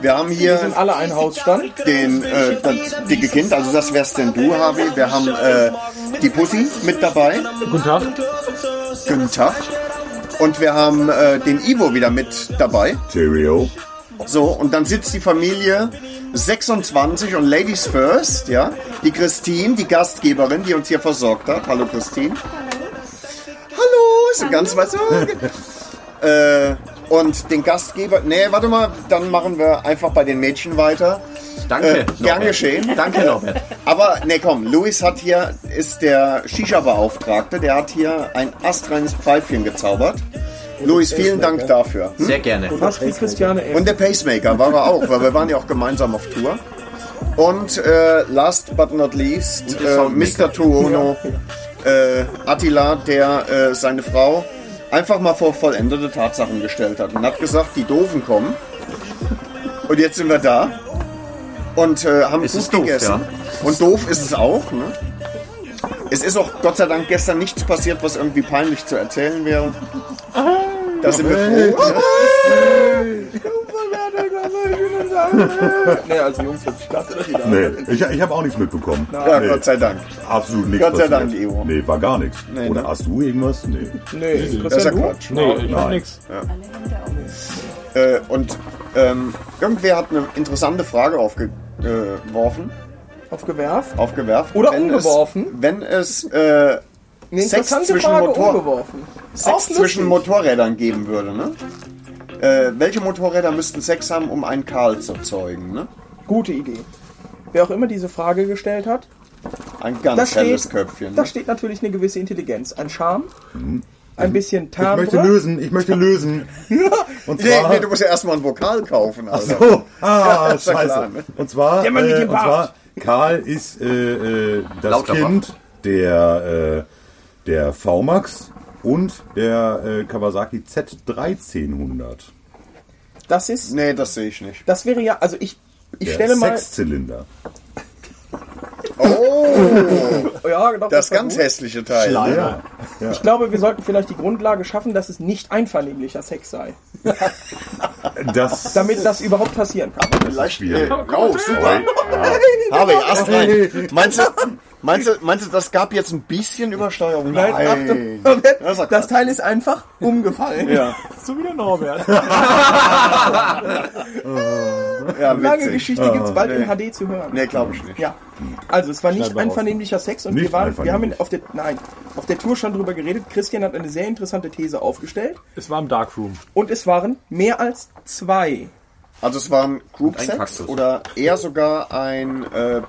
wir haben hier alle ein Hausstand. den äh, das dicke Kind, also das wär's denn du, Harvey. Wir haben äh, die Pussy mit dabei. Guten Tag. Guten Tag. Und wir haben äh, den Ivo wieder mit dabei. Cheerio. So, und dann sitzt die Familie 26 und Ladies First, ja. Die Christine, die Gastgeberin, die uns hier versorgt hat. Hallo Christine. Hallo, ist ganz weiß. äh, und den Gastgeber. Nee, warte mal, dann machen wir einfach bei den Mädchen weiter. Danke, Äh, gern Norbert. geschehen. Danke, Norbert. Aber nee, komm, Luis hat hier, ist der Shisha-Beauftragte, der hat hier ein astreines Pfeifchen gezaubert. Luis, vielen Dank dafür. Hm? Sehr gerne. Fast wie Christiane F. Und der Pacemaker war er auch, weil wir waren ja auch gemeinsam auf Tour. Und äh, last but not least, äh, Mr. Tuono, äh, Attila, der äh, seine Frau einfach mal vor vollendete Tatsachen gestellt hat und hat gesagt, die Doofen kommen. Und jetzt sind wir da. und äh, haben Es gut ist doof, gegessen. Und doof ist es auch. Ne? Es ist auch Gott sei Dank gestern nichts passiert, was irgendwie peinlich zu erzählen wäre. Da sind wir froh. Nee, also Jungs, jetzt startet wieder. Nee, ich, ich habe auch nichts mitbekommen. Ja, nee, Gott sei Dank. Absolut nichts. Gott sei passiert. Dank, Ivo. Nee, war gar nichts. Nee, Oder ne? hast du irgendwas? Nee. Nee, Das ist ja Christian, du? Quatsch. Nee, ich hab Nein. nix. Äh, und ähm, irgendwer hat eine interessante Frage aufgeworfen. Aufgewerft? aufgewerfen. Oder wenn umgeworfen. Es, wenn es äh, Eine Sex interessante zwischen Frage, Motor- umgeworfen. Sex lustig. zwischen Motorrädern geben würde, ne? Äh, welche Motorräder müssten Sex haben, um einen Karl zu zeugen, ne? Gute Idee. Wer auch immer diese Frage gestellt hat, Ein ganz da helles steht, Köpfchen. da Ne? Mhm. steht natürlich eine gewisse Intelligenz, ein Charme, ein bisschen Ich Timbre. möchte lösen, ich möchte lösen. Und Nee, zwar. nee, du musst ja erstmal ein Vokal kaufen, Alter. so, ah, Ja, ist ja scheiße. klar, ne? Und zwar, Der Mann mit äh, dem und Bart. zwar Karl ist äh, äh, das Lauterbach. Kind der, äh, der VMAX und der äh, Kawasaki Z1300. Das ist, Nee, das sehe ich nicht. das wäre ja, also ich, ich Der stelle mal, Sechszylinder. ja, doch, Oh, Das war ganz gut. hässliche Teil. Ne? Ja. Ich glaube, wir sollten vielleicht die Grundlage schaffen, dass es nicht einvernehmlicher Sex sei, Das, damit das überhaupt passieren kann. Vielleicht. Schwierig. äh, oh, super. Harvey, erst rein. Meinst du, meinst, du, meinst du, das gab jetzt ein bisschen Übersteuerung? Achtung, Das ist ja das krass. Teil ist einfach umgefallen. Ja, So wie der Norbert. ja Lange witzig. Oh, Geschichte gibt's bald in HD zu hören. Nee, glaube ich nicht. Ja. Also es war nicht Schneiden wir raus. einvernehmlicher Sex und Nicht wir waren, wir haben einvernehmlich. auf der, nein, auf der Tour schon drüber geredet. Christian hat eine sehr interessante These aufgestellt Es war im Darkroom. und es waren mehr als zwei. Also es war ein Group ein Sex Kaktus. oder eher sogar ein äh,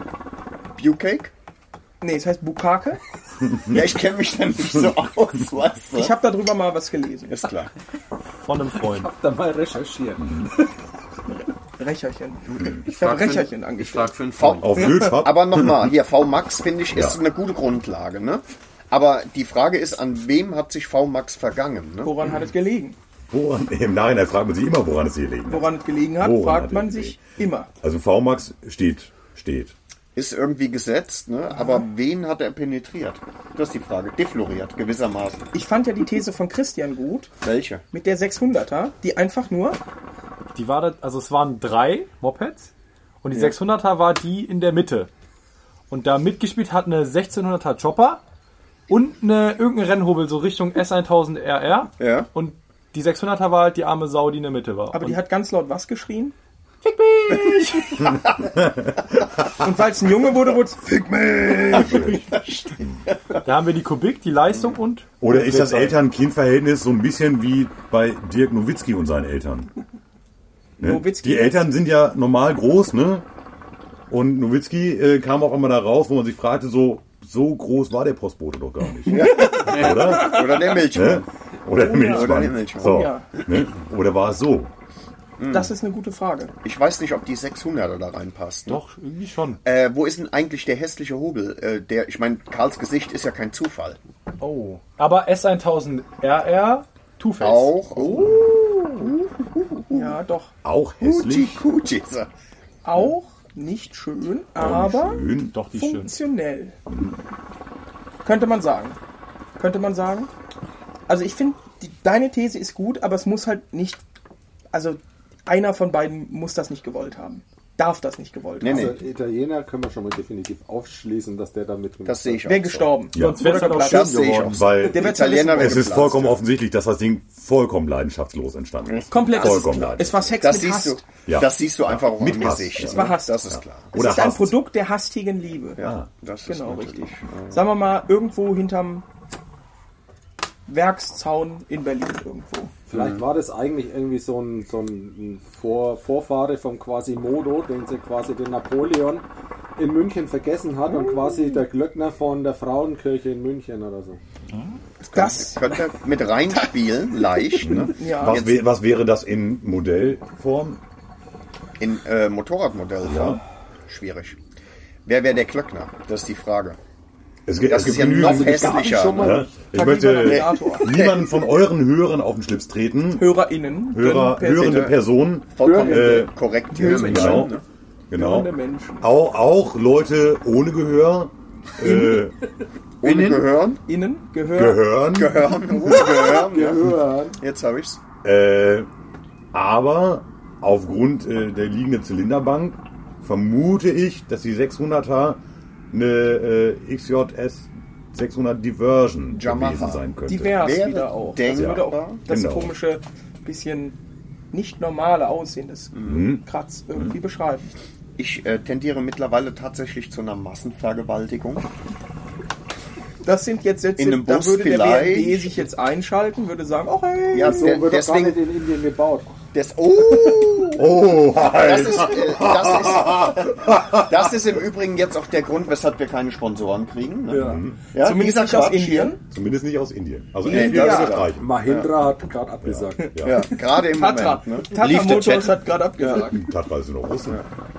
Bucake? Nee, es heißt Bukake. Ja, ich kenne mich da nicht so aus, weißt du? Ich habe darüber mal was gelesen. ist klar. Von einem Freund. Da mal recherchieren. Hm. Recherchen. Ich habe Recherchen Ich angestellt. frage für einen Freund. auf Lötschop. Aber nochmal, hier VMAX finde ich ist Ja. eine gute Grundlage, ne? Aber die Frage ist, an wem hat sich VMAX vergangen? Ne? Woran hat es gelegen? Woran, Im Nachhinein fragt man sich immer, woran es hier liegt. Woran es gelegen hat, Woran hat fragt es man sich immer. Also VMAX steht, steht. Ist irgendwie gesetzt, ne? Aber wen hat er penetriert? Das ist die Frage. Defloriert, gewissermaßen. Ich fand ja die These von Christian gut Welche? mit der 600er, die einfach nur Die war da, also es waren drei Mopeds und die 600er war die in der Mitte. Und da mitgespielt hat eine 1600er Chopper und eine irgendein Rennhobel so Richtung S1000 RR. Ja. Und die 600er war halt die arme Sau, die in der Mitte war. Aber und die hat ganz laut was geschrien? Fick mich! und weil es ein Junge wurde, wurde es Fick da haben wir die Kubik, die Leistung und Oder ist das Eltern-Kind-Verhältnis so ein bisschen wie bei Dirk Nowitzki und seinen Eltern? Ne? Nowitzki- Die Eltern sind ja normal groß, ne? Und Nowitzki äh, kam auch immer da raus, wo man sich fragte, so, so groß war der Postbote doch gar nicht. Oder? Oder der Ne? Milchmann? Oder der Milchmann. Oder der Milchmann. So, Oh ja. ne? Oder war es so? Das ist eine gute Frage. Ich weiß nicht, ob die 600er da reinpasst. Ne? Doch, irgendwie schon. Äh, wo ist denn eigentlich der hässliche Hobel? Äh, der, ich meine, Karls Gesicht ist ja kein Zufall. Oh. Aber S1000 RR, Two-Face. Auch. Oh, Ja, doch. Auch Gucci, hässlich? Gucci. ist er. Auch nicht schön, aber Schön. Doch, die ist schön. funktionell. Könnte man sagen. Könnte man sagen. Also ich finde, die- deine These ist gut, aber es muss halt nicht. Also einer von beiden muss das nicht gewollt haben. Darf das nicht gewollt Nee, haben. nee, Also ein Italiener können wir schon mal definitiv aufschließen, dass der damit das sehe ich auch. Wäre so. Also, gestorben. Ja. Sonst wäre das auch Das schön sehe ich auch. geworden. so. Weil Der wird Italiener es wäre ist geplatzt. vollkommen offensichtlich, dass das Ding vollkommen leidenschaftslos entstanden ist. Komplett. Es, Vollkommen ist, leidenschaftslos. es war Sex Das mit siehst, Hass. du, Ja. das siehst du einfach auch Mit im Hass. Gesicht. Es war Hass. Das ist klar. Es ist ein Hass. Produkt der hastigen Liebe. Ja, das ist Genau, natürlich- richtig. Sagen wir mal, irgendwo hinterm Werkszaun in Berlin irgendwo. Mhm. Vielleicht war das eigentlich irgendwie so ein, so ein Vor Vorfahre vom Quasimodo, den sie quasi den Napoleon in München vergessen hat und quasi der Glöckner von der Frauenkirche in München oder so. Das, Könnte mit reinspielen, leicht, ne? ja, Was, wär, was wäre das in Modellform? in äh, Motorradmodell. Ja. Schwierig. Wer wäre der Klöckner? Das ist die Frage. Es gibt, Das es gibt ist ja genügend- noch hässlicher. schon mal- ne? Ja? Ich Pack lieber möchte Navigator. niemanden von euren Hörern auf den Schlips treten. HörerInnen. Hörer, Dünn, hörende bitte. Personen. Vollkommen Äh, korrekt. Genau. Genau. Hörende Menschen. Auch, auch Leute ohne Gehör äh, Ohne Innen? Gehören. Innen Gehör. gehören. Gehören. Ohne Gehören. Ja. Hören. Jetzt habe ich's. Äh, aber aufgrund äh, der liegenden Zylinderbank vermute ich, dass die 600er eine äh, XJS 600 Diversion Yamaha. gewesen sein könnte. Divers Wäre wieder auch. denkbar. würde auch das Genau. komische, bisschen nicht normale Aussehen des Mhm. Kratz irgendwie beschreiben. Ich äh, tendiere mittlerweile tatsächlich zu einer Massenvergewaltigung. Das sind jetzt Sätze, In einem da Bus würde der vielleicht. BND sich jetzt einschalten, würde sagen, oh hey, Ja, So der- wird doch gar deswegen. nicht in Indien gebaut. Des, oh! Oh, Das Alter. ist, äh, das, ist, das ist im Übrigen jetzt auch der Grund, weshalb wir keine Sponsoren kriegen. Ne? Mhm. Ja. zumindest nicht aus Indien. Zumindest nicht aus Indien. Also Nee, Indien das- ist streichen. Mahindra hat gerade abgesagt. Ja, gerade im Tatra, Moment. Ne? Tatra Lief der Motors Chat. hat gerade abgesagt. Tatra ist noch Russen.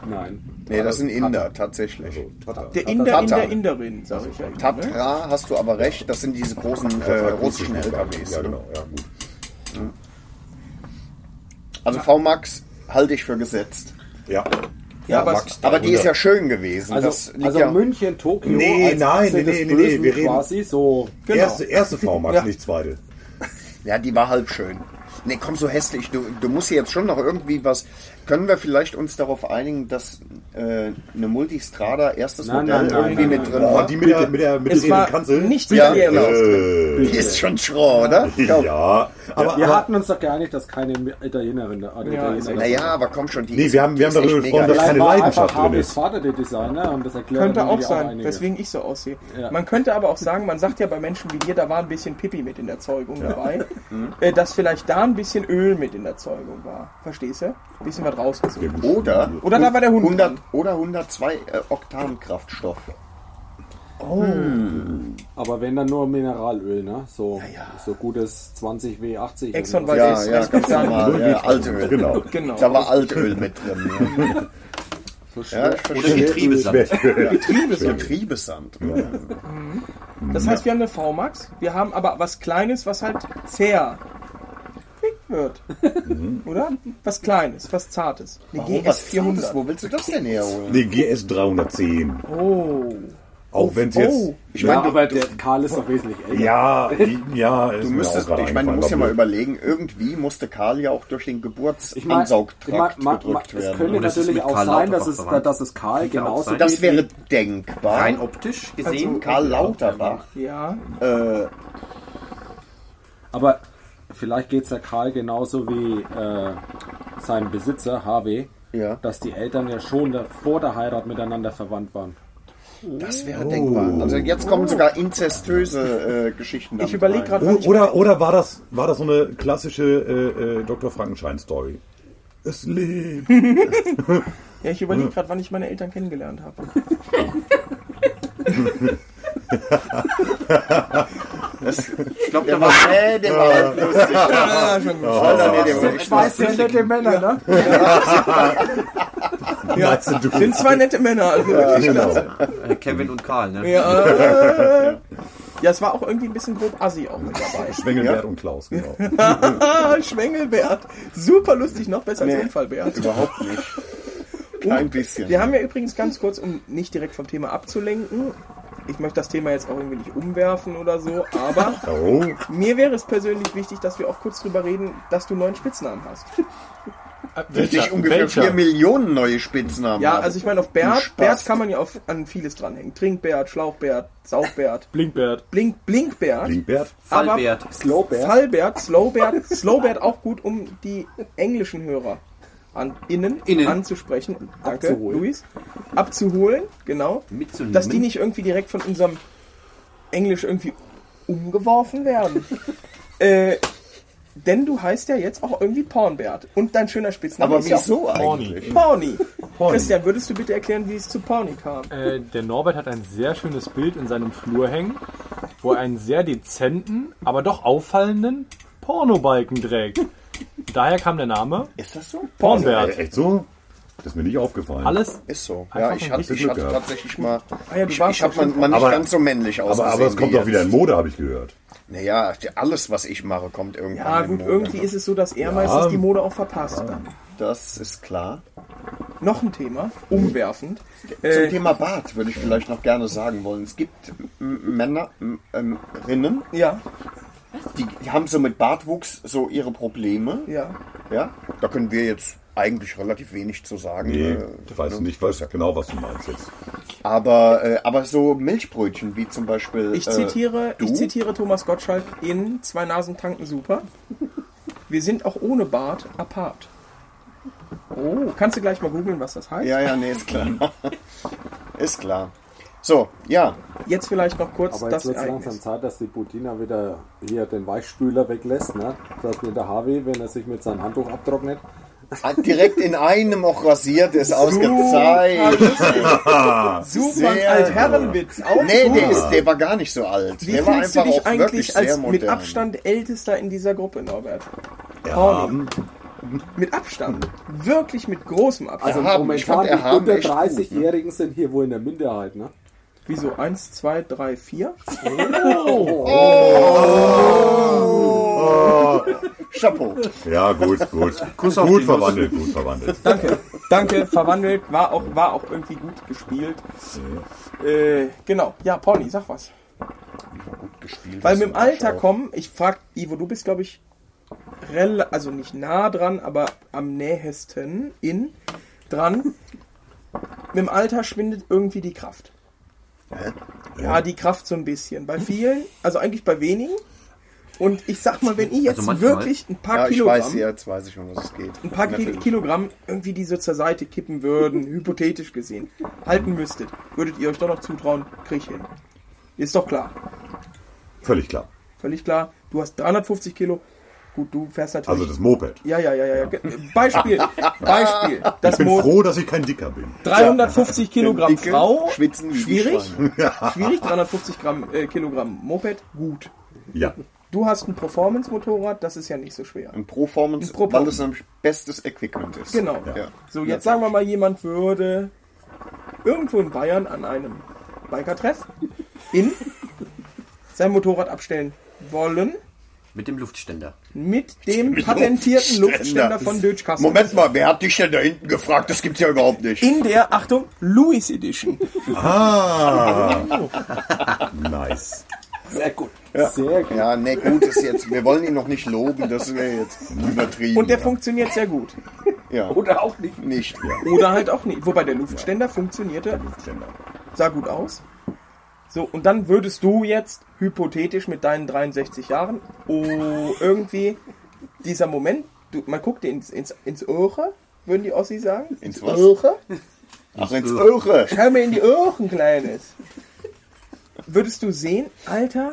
Nein. Nee, das sind Inder, tatsächlich. Also, Tatra. Der Inder, Tatra. Inder, Inderin, sag ich ja. immer, ne? Tatra hast du aber recht, das sind diese großen äh, russischen LKWs. Ja, ne? genau. Ja, gut. Also VMAX halte ich für gesetzt. Ja. Ja, aber Max, es- Aber die 300. ist ja schön gewesen. Also, das liegt also ja München, Tokio, Nee, nein, Achse nee, des nee, nee, Bösen wir reden- quasi so. Genau. Erste, erste Frau Max, Ja. nicht zweite. Ja, die war halb schön. Nee, komm, so hässlich. Du, du musst hier jetzt schon noch irgendwie was. Können wir vielleicht uns darauf einigen, dass äh, eine Multistrada erstes Nein, Modell nein, nein, irgendwie nein, mit nein, drin Oh, war? die mit der, mit der, mit Es der war Kanzel. nicht Ja. ja. äh, Die ist schon Schrott, oder? ja. ja. Aber, Wir aber hatten uns doch geeinigt, dass keine Italienerin da oder Ja, Italiener Naja, aber komm schon, die Nee, wir haben- wir die haben darüber echt mega. gesprochen, dass- Vielleicht also keine war Leidenschaft einfach drin Habis ist. Vater der Designer und das erklärt Könnte auch natürlich sein, einige. weswegen ich so aussehe. Ja. Man könnte aber auch sagen, man sagt ja bei Menschen wie dir, da war ein bisschen Pipi mit in der Zeugung dabei, Mhm. äh, dass vielleicht da ein bisschen Öl mit in der Zeugung war. Verstehst du? Ein bisschen was rausgezogen. Oder, Oder da war der Hund. 100 dran. oder 102 äh, Oktan Kraftstoff. Aber wenn dann nur Mineralöl, ne? So, so gutes 20 W80. Exxon oder Ja, Valdez. ja, ganz normal. Ja, Altöl. Genau. Genau. Da war Altöl mit drin. Ja. so. so Ja, schwer- ich verstehe. Wer- Getriebesand. Das heißt, wir haben eine VMAX, wir haben aber was Kleines, was halt zäh wird. Oder? Was Kleines, was Zartes. Eine Mhm. Warum, GS was Zartes? 400. Wo willst du das denn herholen? Nee, GS 310. Oh. Auch wenn es jetzt. Oh. Ich Ja, meine, aber der Karl ist doch wesentlich älter. Ja, ja, ist Du mir müsstest, auch gerade ich meine, du musst ja mal eingefallen, war blöd. überlegen, irgendwie musste Karl ja auch durch den Ich mein, Geburtsansaugtrakt ma- ma- ma- gedrückt Es werden. könnte das ist natürlich mit auch Karl sein, Lauterbach dass es, verwandt. dass es Karl Könnte auch genauso sein. Das geht wäre wie- denkbar. Rein optisch Also gesehen. Also Karl Lauterbach. Ja. Äh, Aber vielleicht geht es ja Karl genauso wie äh, sein Besitzer, HW, Ja. dass die Eltern ja schon da, vor der Heirat miteinander verwandt waren. das wäre Oh. denkbar. Also jetzt kommen sogar inzestöse äh, Geschichten Ich überlege gerade, wann O- ich- Oder, oder war, das, war das so eine klassische äh, äh, Dr. Frankenstein-Story? Es lebt. ja, ich überlege gerade, wann ich meine Eltern kennengelernt habe. Ich glaube, Der da war, war nee, der war halt lustig. Ah, schon gut. Alter, nee, der war echt lustig. nette Männer, ne? Ja, sind zwei nette Männer. Also wirklich klasse. äh, Kevin und Karl, ne? Ja. ja, es war auch irgendwie ein bisschen grob assi auch mit dabei. Wengelbert und Klaus, genau. Ah, Schwengelbert. Super lustig, noch besser Nee. als Unfallbert. Überhaupt nicht. Klein bisschen. Oh, Wir haben ja übrigens ganz kurz, um nicht direkt vom Thema abzulenken, ich möchte das Thema jetzt auch irgendwie nicht umwerfen oder so, aber Oh, mir wäre es persönlich wichtig, dass wir auch kurz drüber reden, dass du einen neuen Spitznamen hast. Dass ich ungefähr 4 Millionen neue Spitznamen Ja, habe. also ich meine, auf Du Bert, Spast. Bert kann man ja auf, an vieles dranhängen. Trinkbert, Schlauchbert, Saugbert, Blinkbert. Blink, Blinkbert, Lingbert. aber Fallbert. Fallbert, Slowbert, Slowbert auch gut, um die englischen Hörer an, innen, Innen. anzusprechen. Danke, Abzuholen. Luis. Abzuholen, genau. Mitzunehmen. dass die nicht irgendwie direkt von unserem Englisch irgendwie umgeworfen werden. äh, denn du heißt ja jetzt auch irgendwie Pornbert. Und dein schöner Spitzname Aber ist ja auch wieso eigentlich? Porny. Christian, würdest du bitte erklären, wie es zu Porny kam? Äh, der Norbert hat ein sehr schönes Bild in seinem Flur hängen, wo er einen sehr dezenten, aber doch auffallenden Pornobalken trägt. Daher kam der Name Ist das so? Äh, Pornbert. echt so? Das ist mir nicht aufgefallen. Alles Also, Ist so. Einfach Ja, ich ein hatte, bisschen ich Glück hatte gehabt. tatsächlich mal. Ah ja, du ich warst ich habe doch schon- man, man Aber- nicht ganz so männlich aus. aber, aber es kommt auch wieder in Mode, habe ich gehört. Naja, alles, was ich mache, kommt irgendwann. Ja in Ah, gut, Mode. irgendwie ist es so, dass er meistens die Mode auch verpasst. Das ist klar. noch ein Thema, umwerfend. Zum Äh, Thema Bart würde ich vielleicht noch gerne sagen wollen. Es gibt m, Männer, m, ähm, Rinnen, ja, die, die haben so mit Bartwuchs so ihre Probleme. ja. Ja, da können wir jetzt eigentlich relativ wenig zu sagen. Nee, äh, ich weiß nicht, ich weiß ja genau, was du meinst jetzt. Aber, äh, aber so Milchbrötchen wie zum Beispiel. Ich äh, zitiere, du? ich zitiere Thomas Gottschalk in Zwei Nasen tanken super. Wir sind auch ohne Bart apart. Oh, kannst du gleich mal googeln, was das heißt? Ja, ja, nee, ist klar. ist klar. So, ja, Jetzt vielleicht noch kurz Aber das jetzt wird es langsam Ereignis. Zeit, dass die Budina wieder hier den Weichspüler weglässt, ne? Dass mir der Harvey, wenn er sich mit seinem Handtuch abtrocknet, direkt in einem auch rasiert ist ausgezeichnet. Super Sehr- Altherrenwitz. Auch Nee, gut. der, ist, der war gar nicht so alt. Wie der war fühlst du einfach dich auch wirklich eigentlich sehr als modern. mit Abstand ältester in dieser Gruppe, Norbert? Horny. Mit Abstand. Hm. Wirklich mit großem Abstand. also Erhaben. Ich fand momentan die Erhaben unter echt gut, ne? 30-Jährigen sind hier wohl in der Minderheit, ne? Wieso? Eins, zwei, drei, vier? Chapeau. Ja, gut, gut. gut verwandelt, gut verwandelt. Danke, danke, verwandelt, war auch, war auch irgendwie gut gespielt. Äh, genau, ja, Pauli, sag was. Gespielt Weil ist mit dem ein Arsch Alter auf. kommen, ich frag, Ivo, du bist, glaube ich, rel also nicht nah dran, aber am nähesten in dran. Mit dem Alter schwindet irgendwie die Kraft. Ja, die Kraft so ein bisschen. Bei vielen, also eigentlich bei wenigen. Und ich sag mal, wenn ich jetzt Also manchmal- wirklich ein paar Ja, ich Kilogramm, weiß, jetzt weiß ich schon, was es geht. ein paar Ki Kilogramm irgendwie die so zur Seite kippen würden, hypothetisch gesehen, halten müsstet, würdet ihr euch doch noch zutrauen, krieg ich hin. Ist doch klar. Völlig klar. Völlig klar. Du hast 350 Kilo. Gut, du fährst natürlich. Also das Moped. ja, ja, ja, ja, ja. Ge- Beispiel. Beispiel. Das Ich bin Mo froh, dass ich kein Dicker bin. 350 Kilogramm Dicke Frau. schwitzen wie die Schwierig. Schweine. Schwierig. 350 Gramm, äh, Kilogramm Moped. Gut. Ja. Du hast ein Performance-Motorrad. Das ist ja nicht so schwer. Ein Performance, Ein Pro- weil es sein bestes Equipment ist. Genau. Ja. So, jetzt sagen wir mal, jemand würde irgendwo in Bayern an einem Biker-Treff in sein Motorrad abstellen wollen Mit dem Luftständer. mit dem patentierten Luftständer von Deutsch Kassel. Moment mal, wer hat dich denn da hinten gefragt? Das gibt's ja überhaupt nicht. In der, Achtung, Louis Edition. Nice. Sehr gut. Sehr gut. Ja, ne, gut ist jetzt. Wir wollen ihn noch nicht loben, das wäre jetzt übertrieben. Und der ja. funktioniert sehr gut. ja. Oder auch nicht. nicht. Oder halt auch nicht. Wobei der Luftständer funktionierte, sah gut aus. So, und dann würdest du jetzt hypothetisch mit deinen 63 Jahren, oh, irgendwie, dieser Moment, du, man guckt dir ins, ins, ins Ohr, würden die Ossi sagen. Ins was? Ohr? Ach, ins Öre. Schau mir in die Ohren, Kleines. Würdest du sehen, Alter,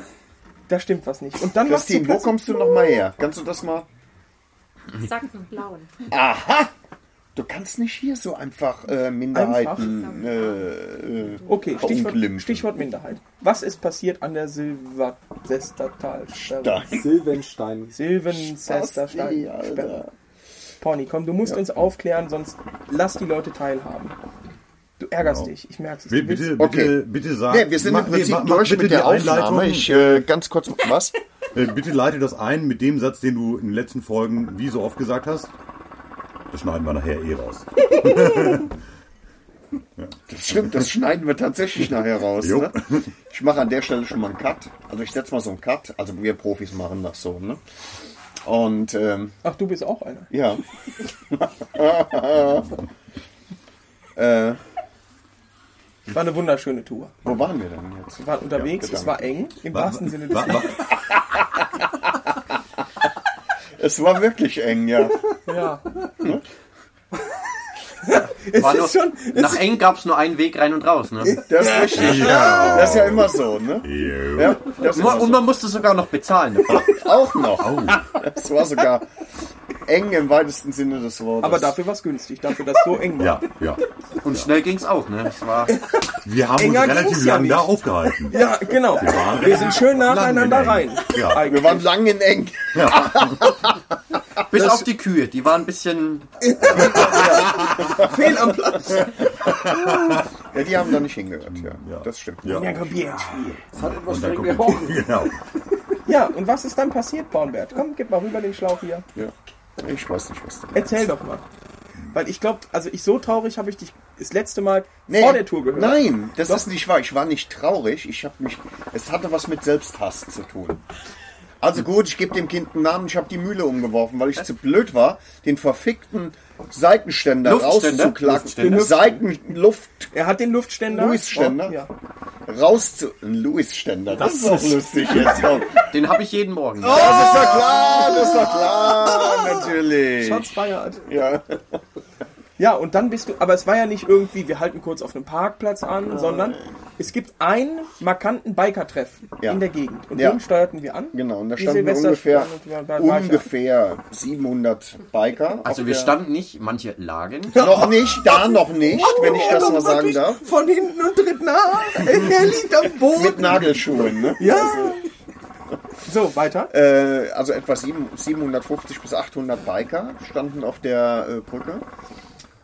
da stimmt was nicht. Und dann machst du Christine, wo plötzlich- kommst du nochmal her? Kannst du das mal? Sachsen-Blauen. Du kannst nicht hier so einfach äh, Minderheiten. Äh, äh, Okay, verunglimpfen. Stichwort, Stichwort Minderheit. Was ist passiert an der Silvestertal? Da. Silvenstein. Basti, Silvensterstein. Sperre. Alter. Pony, komm, du musst uns aufklären, sonst lass die Leute teilhaben. Du ärgerst dich, ich merk's. es. Bitte, Du willst- bitte, Okay. bitte, bitte sag. Nee, wir sind mach- im Prinzip mach- mach durch bitte mit die der Aufnahme. Ich, äh, ganz kurz, was? Äh, Bitte leite das ein mit dem Satz, den du in den letzten Folgen wie so oft gesagt hast. Das schneiden wir nachher eh raus. Stimmt, das schneiden wir tatsächlich nachher raus. Jo. Ne? Ich mache an der Stelle schon mal einen Cut. Also ich setze mal so einen Cut. Also wir Profis machen das so. Ne? Und ähm, Ach, du bist auch einer. ja. Es war eine wunderschöne Tour. Wo waren wir denn jetzt? Wir waren unterwegs, es war eng, im wahrsten Sinne des Wa- wa- Es war wirklich eng, ja. Ja. es War nur, ist schon. nach eng gab es nur einen Weg rein und raus. Ne? Das ist richtig. Das ist ja immer so, ne? Ja, das ist Ma- Und um- immer man musste sogar noch bezahlen. ne? dafür. so. auch noch. Es war sogar eng im weitesten Sinne des Wortes. Aber dafür war's günstig, dafür, dass so eng war. Ja, ja. Und schnell ging's auch. Ne? Es war Wir haben Enger uns relativ ging's ja lange da nicht. aufgehalten. Ja, genau. waren Wir sind schön nacheinander lang in rein. eng. Ja. Wir waren lang in eng. bis auf die Kühe. Die waren ein bisschen Fehl am Platz. Ja, die haben da nicht hingehört, ja. Das stimmt. Ja. Ja, komm, Bier ins Spiel. Das hat etwas Und dann streng gucken gebrochen. wir. Genau. Ja, und was ist dann passiert, Bornbert? Komm, gib mal rüber den Schlauch hier. Ich weiß nicht, was da Erzähl doch mal. Weil ich glaube, also ich so traurig habe ich dich das letzte Mal Nee, vor der Tour gehört. Nein, das Doch. ist nicht wahr. Ich war nicht traurig. Ich habe mich. Es hatte was mit Selbsthass zu tun. Also gut, ich gebe dem Kind einen Namen. Ich habe die Mühle umgeworfen, weil ich zu blöd war, den verfickten Seitenständer Luftständer? rauszuklacken. Luftständer. Den Seitenluft. Er hat den Luftständer. Luisständer. Oh, ja. Raus zu. Ein Luisständer. Das, ist auch lustig jetzt. Komm. Den habe ich jeden Morgen. ne? Oh, Das ist doch klar, das ist doch klar, natürlich. Shots fired. Ja. Ja, und dann bist du, aber es war ja nicht irgendwie, wir halten kurz auf einem Parkplatz Ah. an, sondern es gibt einen markanten Biker-Treff Ja. in der Gegend. Und Ja. den steuerten wir an. Genau, und da Die standen wir ungefähr, Silvester- Ja, da war ich ja. ungefähr 700 Biker. Also auf wir der- standen nicht, manche lagen. Noch nicht, da noch nicht, wenn ich das Oh, mal sagen darf. Von hinten und tritt nach. Er liegt am Boden. Mit Nagelschuhen, ne? Ja. So, weiter. Äh, also etwa sieben- 750 bis 800 Biker standen auf der äh, Brücke.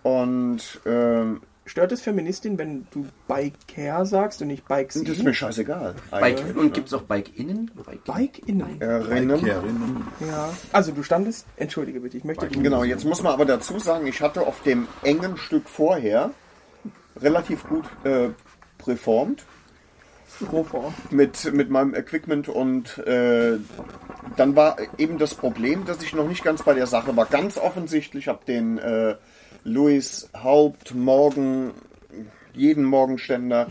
Und ähm, Stört es Feministin, wenn du Biker sagst und nicht Bikes? das ist mir scheißegal. Bike, und gibt es auch Bike-Innen? Bike-Innen? Erinnern. Ja. Also du standest, entschuldige bitte, ich möchte dich Genau, jetzt muss man aber dazu sagen, ich hatte auf dem engen Stück vorher relativ gut äh, performt. Proform. mit, mit meinem Equipment und äh, dann war eben das Problem, dass ich noch nicht ganz bei der Sache war. Ganz offensichtlich habe den äh, Louis Haupt morgen, jeden Morgenständer,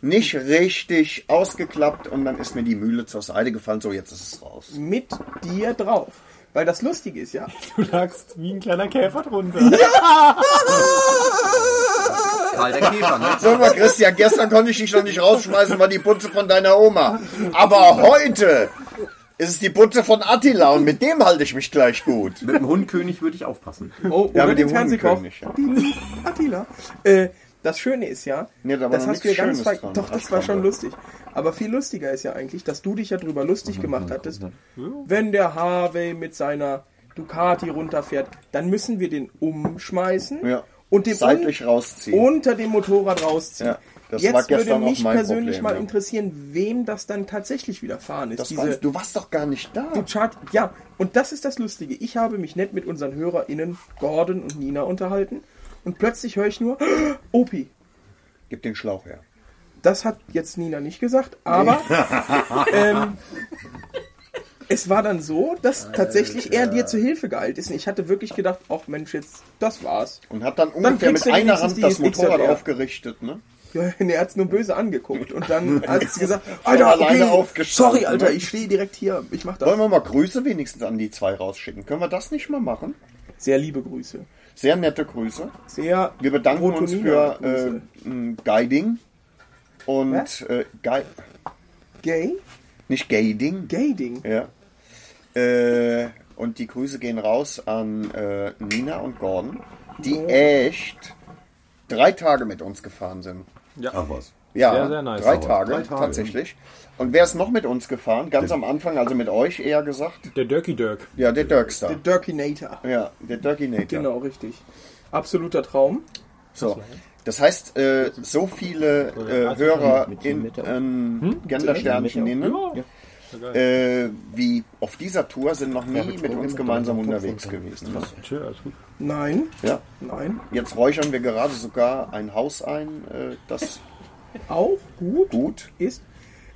nicht richtig ausgeklappt und dann ist mir die Mühle zur Seite gefallen. So, jetzt ist es raus. mit dir drauf. Weil das Lustige ist ja. Du lagst wie ein kleiner Käfer drunter. Karl der Käfer, ne? Sag mal, Christian, gestern konnte ich dich noch nicht rausschmeißen, war die Putze von deiner Oma. Aber heute ist es die Putze von Attila und mit dem halte ich mich gleich gut. Mit dem Hundkönig würde ich aufpassen. Oh, Ja, oder mit den dem Fernsehkauf. Hundenkönig, ja. Den Attila. Äh, das Schöne ist ja, Nee, da war das noch hast nichts du ja ganz Schönes ver- dran. Doch, das war schon lustig. Aber viel lustiger ist ja eigentlich, dass du dich ja drüber lustig gemacht hattest. Wenn der Harvey mit seiner Ducati runterfährt, dann müssen wir den umschmeißen Ja. und den Seitlich rausziehen. unter dem Motorrad rausziehen. Ja, das Jetzt war würde gestern auch mich mein persönlich Problem, mal ja. interessieren, wem das dann tatsächlich widerfahren ist. Das warst- du warst doch gar nicht da. Du Chart, ja, und das ist das Lustige. Ich habe mich nett mit unseren HörerInnen Gordon und Nina unterhalten und plötzlich höre ich nur, "Oh, Opi, Gib den Schlauch her. das hat jetzt Nina nicht gesagt, aber ähm, es war dann so, dass tatsächlich er dir zu Hilfe geeilt ist. Und ich hatte wirklich gedacht, ach Mensch, jetzt, das war's. Und hat dann Dann ungefähr kriegst mit du einer wenigstens Hand das die Motorrad XJR. aufgerichtet, ne? Ja, und er hat's nur böse angeguckt und dann hat es gesagt, Alter, alleine okay, aufgestanden, sorry, Alter, ne? ich stehe direkt hier, ich mach das. Wollen wir mal Grüße wenigstens an die zwei rausschicken? Können wir das nicht mal machen? Sehr liebe Grüße. Sehr nette Grüße. Sehr Wir bedanken uns Protonina für Grüße. äh, m, Guiding und Was? äh, Gui Gay? nicht Guiding. Gading. Ja. Äh, und die Grüße gehen raus an äh, Nina und Gordon, die echt drei Tage mit uns gefahren sind. Ja. Ach was. Ja, Sehr, sehr nice. drei, Aber Tage, drei Tage. tatsächlich. Und wer ist noch mit uns gefahren? Ganz am Anfang, also mit euch eher gesagt? Der Dirky Dirk. Ja, der Dirkster. Der Dirkinator. ja, der Dirkinator. Genau, richtig. Absoluter Traum. So. Das heißt, äh, so viele äh, Hörer in Hm? ähm, Gendersternchen nehmen, äh, wie auf dieser Tour sind noch nie mit uns gemeinsam unterwegs gewesen. Tschö, alles gut. Nein, Ja, nein. jetzt räuchern wir gerade sogar ein Haus ein, äh, das Auch gut gut. ist.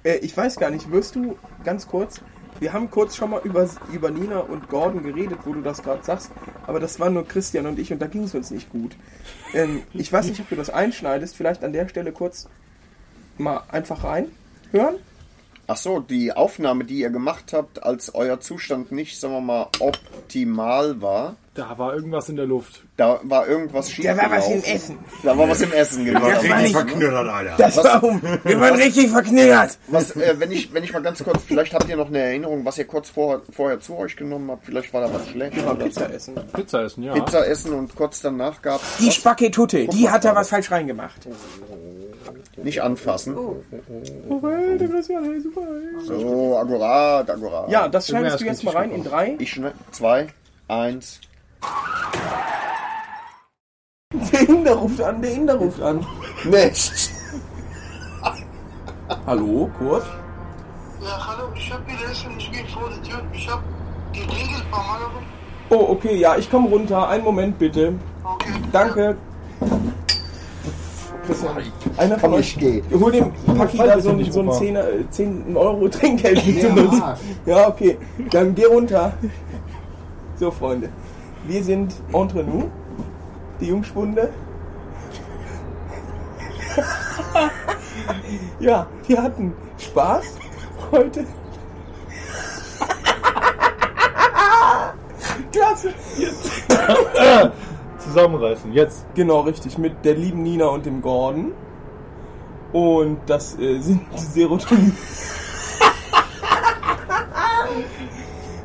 Äh, ich weiß gar nicht, wirst du ganz kurz. Wir haben kurz schon mal über, über Nina und Gordon geredet, wo du das gerade sagst, aber das waren nur Christian und ich und da ging es uns nicht gut. Ähm, ich weiß nicht, ob du das einschneidest, vielleicht an der Stelle kurz mal einfach rein hören. Ach so, die Aufnahme, die ihr gemacht habt, als euer Zustand nicht, sagen wir mal, optimal war, Da war irgendwas in der Luft. da war irgendwas schief. Da war was im gelaufen. Essen. Da war was im Essen Das war gewesen. nicht- Verknüllert, Alter. Das war um. Wir waren richtig verknillert. Was, äh, wenn, ich, wenn ich mal ganz kurz, vielleicht habt ihr noch eine Erinnerung, was ihr kurz vor, vorher zu euch genommen habt. Vielleicht war da was schlecht. Wir waren Pizza essen. Pizza essen, ja. Pizza essen und kurz danach gab es Die Spacketutte, die hat da was falsch reingemacht. nicht anfassen. Ja, So, akkurat, akkurat. das schneidest du jetzt mal rein in drei. Ich schne- zwei, eins. Der Inder ruft an, der Inder ruft an. Nicht! Hallo, Kurt? Ja, hallo, ich hab wieder Essen, ich geh vor die Tür, ich hab die Regel vermalert. Oh, okay, ja, ich komme runter. Einen Moment bitte. Oh, Danke. Christian, einer von euch geht. Hol dem Paki Fall da bitte so einen nicht, so ein Opa. 10, äh, 10 Euro Trinkgeld mit zum Nutzen. Ja, okay. Dann geh runter. So, Freunde. Wir sind entre nous. Die Jungspunde. ja, wir hatten Spaß heute. Klasse. Zusammenreißen, jetzt. Genau, richtig. Mit der lieben Nina und dem Gordon. Und das äh, sind Serotonin.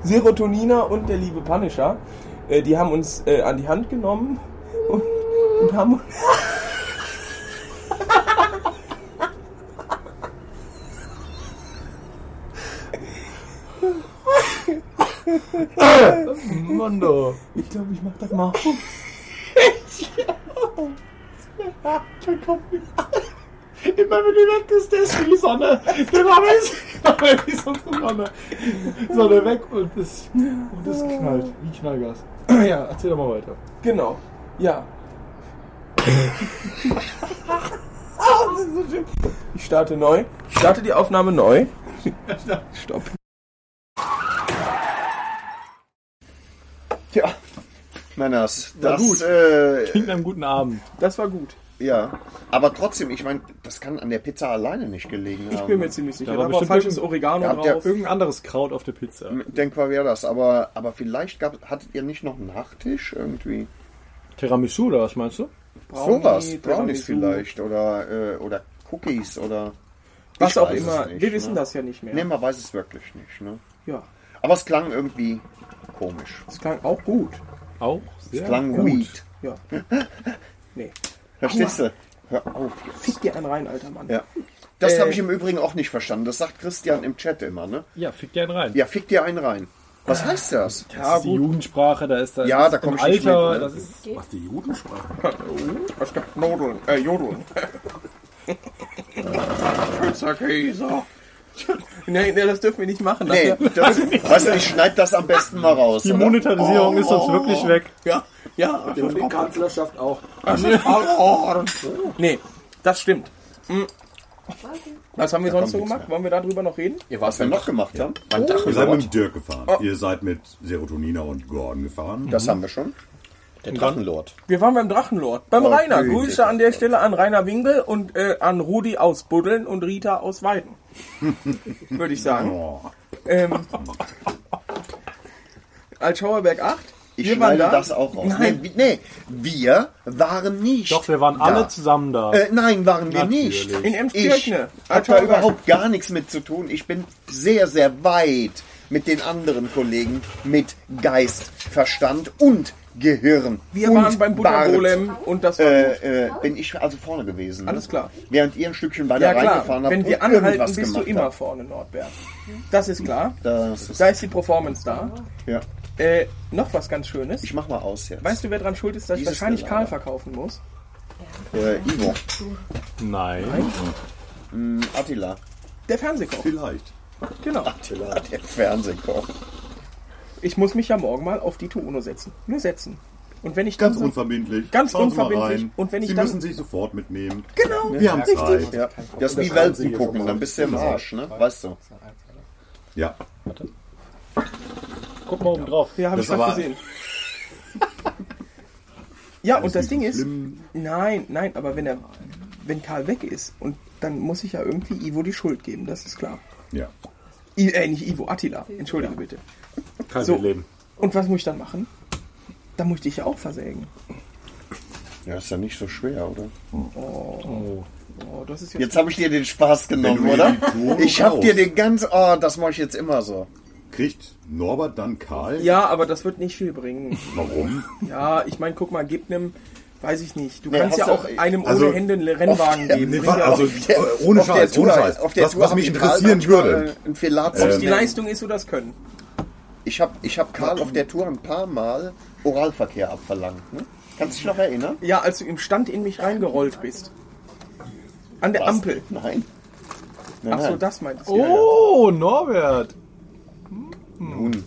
Serotoniner und der liebe Punisher. Äh, die haben uns äh, an die Hand genommen und, und haben. Mondo. Ich glaube, ich mach das mal. Dann kommt mich. Immer wenn du weg bist, der ist wie die Sonne. Der Name ist Wie so eine Sonne. Sonne weg und es, und es knallt. Wie Knallgas. Ja, erzähl doch mal weiter. Genau. Ja. Ah, das ist so schön. Ich starte neu. Ich starte die Aufnahme neu. Stopp. Ja, Männers, Na das gut. äh, Klingt einem guten Abend. Das war gut. Ja, aber trotzdem, ich meine, das kann an der Pizza alleine nicht gelegen haben. Ich bin mir ziemlich sicher. Ja, Da war falsches Oregano Da habt ihr drauf. irgendein anderes Kraut auf der Pizza. Denkbar wäre das, aber, aber vielleicht gab, hattet ihr nicht noch einen Nachtisch irgendwie? Tiramisu oder was meinst du? Brownie, Sowas, Brownies Tiramisu. vielleicht oder, äh, oder Cookies oder. Was Ich auch weiß es ne? immer. Wir wissen das ja nicht mehr. Nee, man weiß es wirklich nicht, ne? Ja. Aber es klang irgendwie komisch. Es klang auch gut. Auch sehr Es klang gut. weed. Ja. Nee. Verstehst Aua. du? Hör auf jetzt. Fick dir einen rein, alter Mann. Ja. Das Äh, habe ich im Übrigen auch nicht verstanden. Das sagt Christian im Chat immer, ne? Ja, fick dir einen rein. Ja, fick dir einen rein. Was heißt das? Das ist die Jugendsprache, da ist das. Ja, da komme im ich nicht Alter, mit, ne? das ist. Was die Jugendsprache? Es gibt Nodeln, äh, Jodeln. Schützer Käse. Nee, nee, das dürfen wir nicht machen. Nee, Nachher- das, weißt du, ich schneide das am besten mal raus. Die Monetarisierung ist uns wirklich weg. Ja, ja. Und die Kanzlerschaft auch. Nee, das stimmt. Hm. Was haben wir Da sonst so kommt nichts gemacht? Wollen wir darüber noch reden? Ihr Was wir noch gemacht Oh, haben? Mein Dach Ihr seid mit dem ist Dirk gefahren. Oh. Ihr seid mit Serotonina und Gordon gefahren. Das haben wir schon. Der Drachenlord. Wir waren beim Drachenlord. Beim Okay. Rainer. Grüße an der Stelle an Rainer Winkel und äh, an Rudi aus Buddeln und Rita aus Weiden. Würde ich sagen. Oh. Ähm, als Schauerberg 8. Ich wir waren schneide da. das auch raus. Nein. Nee, wie- nee, wir waren nicht. Doch, wir waren alle zusammen da. Äh, nein, waren wir Natürlich. nicht. In Emskirchen. Ich habe da überhaupt gar nichts mit zu tun. Ich bin sehr, sehr weit mit den anderen Kollegen mit Geist, Verstand und Gehirn. Wir und waren beim Buddha Bart. Golem und das war gut. Äh, äh, bin ich also vorne gewesen. ne? Alles klar. Während ihr ein Stückchen weiter Ja reingefahren klar, habt. wenn wir und anhalten, irgendwas bist du gemacht immer habt. vorne, Nordbert. Das ist klar. Das ist, Da ist die Performance da. ja. Äh, noch was ganz Schönes. Ich mach mal aus jetzt. Weißt du, wer dran schuld ist, dass ich Dieses wahrscheinlich Gelaber. Karl verkaufen muss? Äh, Ivo. Nein. Mm, Attila. Der Fernsehkoch. Vielleicht. Genau. Attila, der Fernsehkoch. Ich muss mich ja morgen mal auf die Tuono setzen. Nur setzen. Und wenn ich Ganz dann so- unverbindlich. Ganz Schauen Sie mal unverbindlich. rein. Und wenn ich Sie dann- müssen sich sofort mitnehmen. Genau. Wir haben Richtig. Zeit. Ja. Das ist wie Welpen gucken, dann bist du im Arsch, ne? Weißt du. Ja. Guck mal oben drauf. Ja, habe Das ich gerade aber- gesehen. ja, und das nicht Ding so ist, schlimm. nein, nein, aber wenn er, wenn Karl weg ist, und dann muss ich ja irgendwie Ivo die Schuld geben, das ist klar. Ja. I, äh, nicht Ivo, Attila, entschuldige bitte. Kein So. Leben. Und was muss ich dann machen? Dann muss ich dich ja auch versägen. Ja, ist ja nicht so schwer, oder? Oh, das ist jetzt, Jetzt habe ich dir den Spaß genommen, Wenn du oder? mir die Tore Ich habe raus- dir den ganz. Oh, das mache ich jetzt immer so. Kriegt Norbert dann Karl? Ja, aber das wird nicht viel bringen. Warum? Ja, ich meine, guck mal, gib einem, weiß ich nicht, du Nee, kannst hast ja du- auch einem also- ohne Hände einen Rennwagen geben. Nee, Bringt wa- ja also auch- äh, ohne Auf der Scheiß, ohne Tour- Scheiß. auf der Was, Tour was hab mich ich Karl interessieren manchmal, würde. Ähm. äh, Ein Fellatio Ob es die gemeldet. Leistung ist oder das Können. Ich habe ich hab Karl auf der Tour ein paar Mal Oralverkehr abverlangt. Ne? Kannst du dich noch erinnern? Ja, als du im Stand in mich reingerollt bist. An der Ampel. Nein. nein Ach so, nein. das meintest Oh. du. Oh, Norbert. Nun.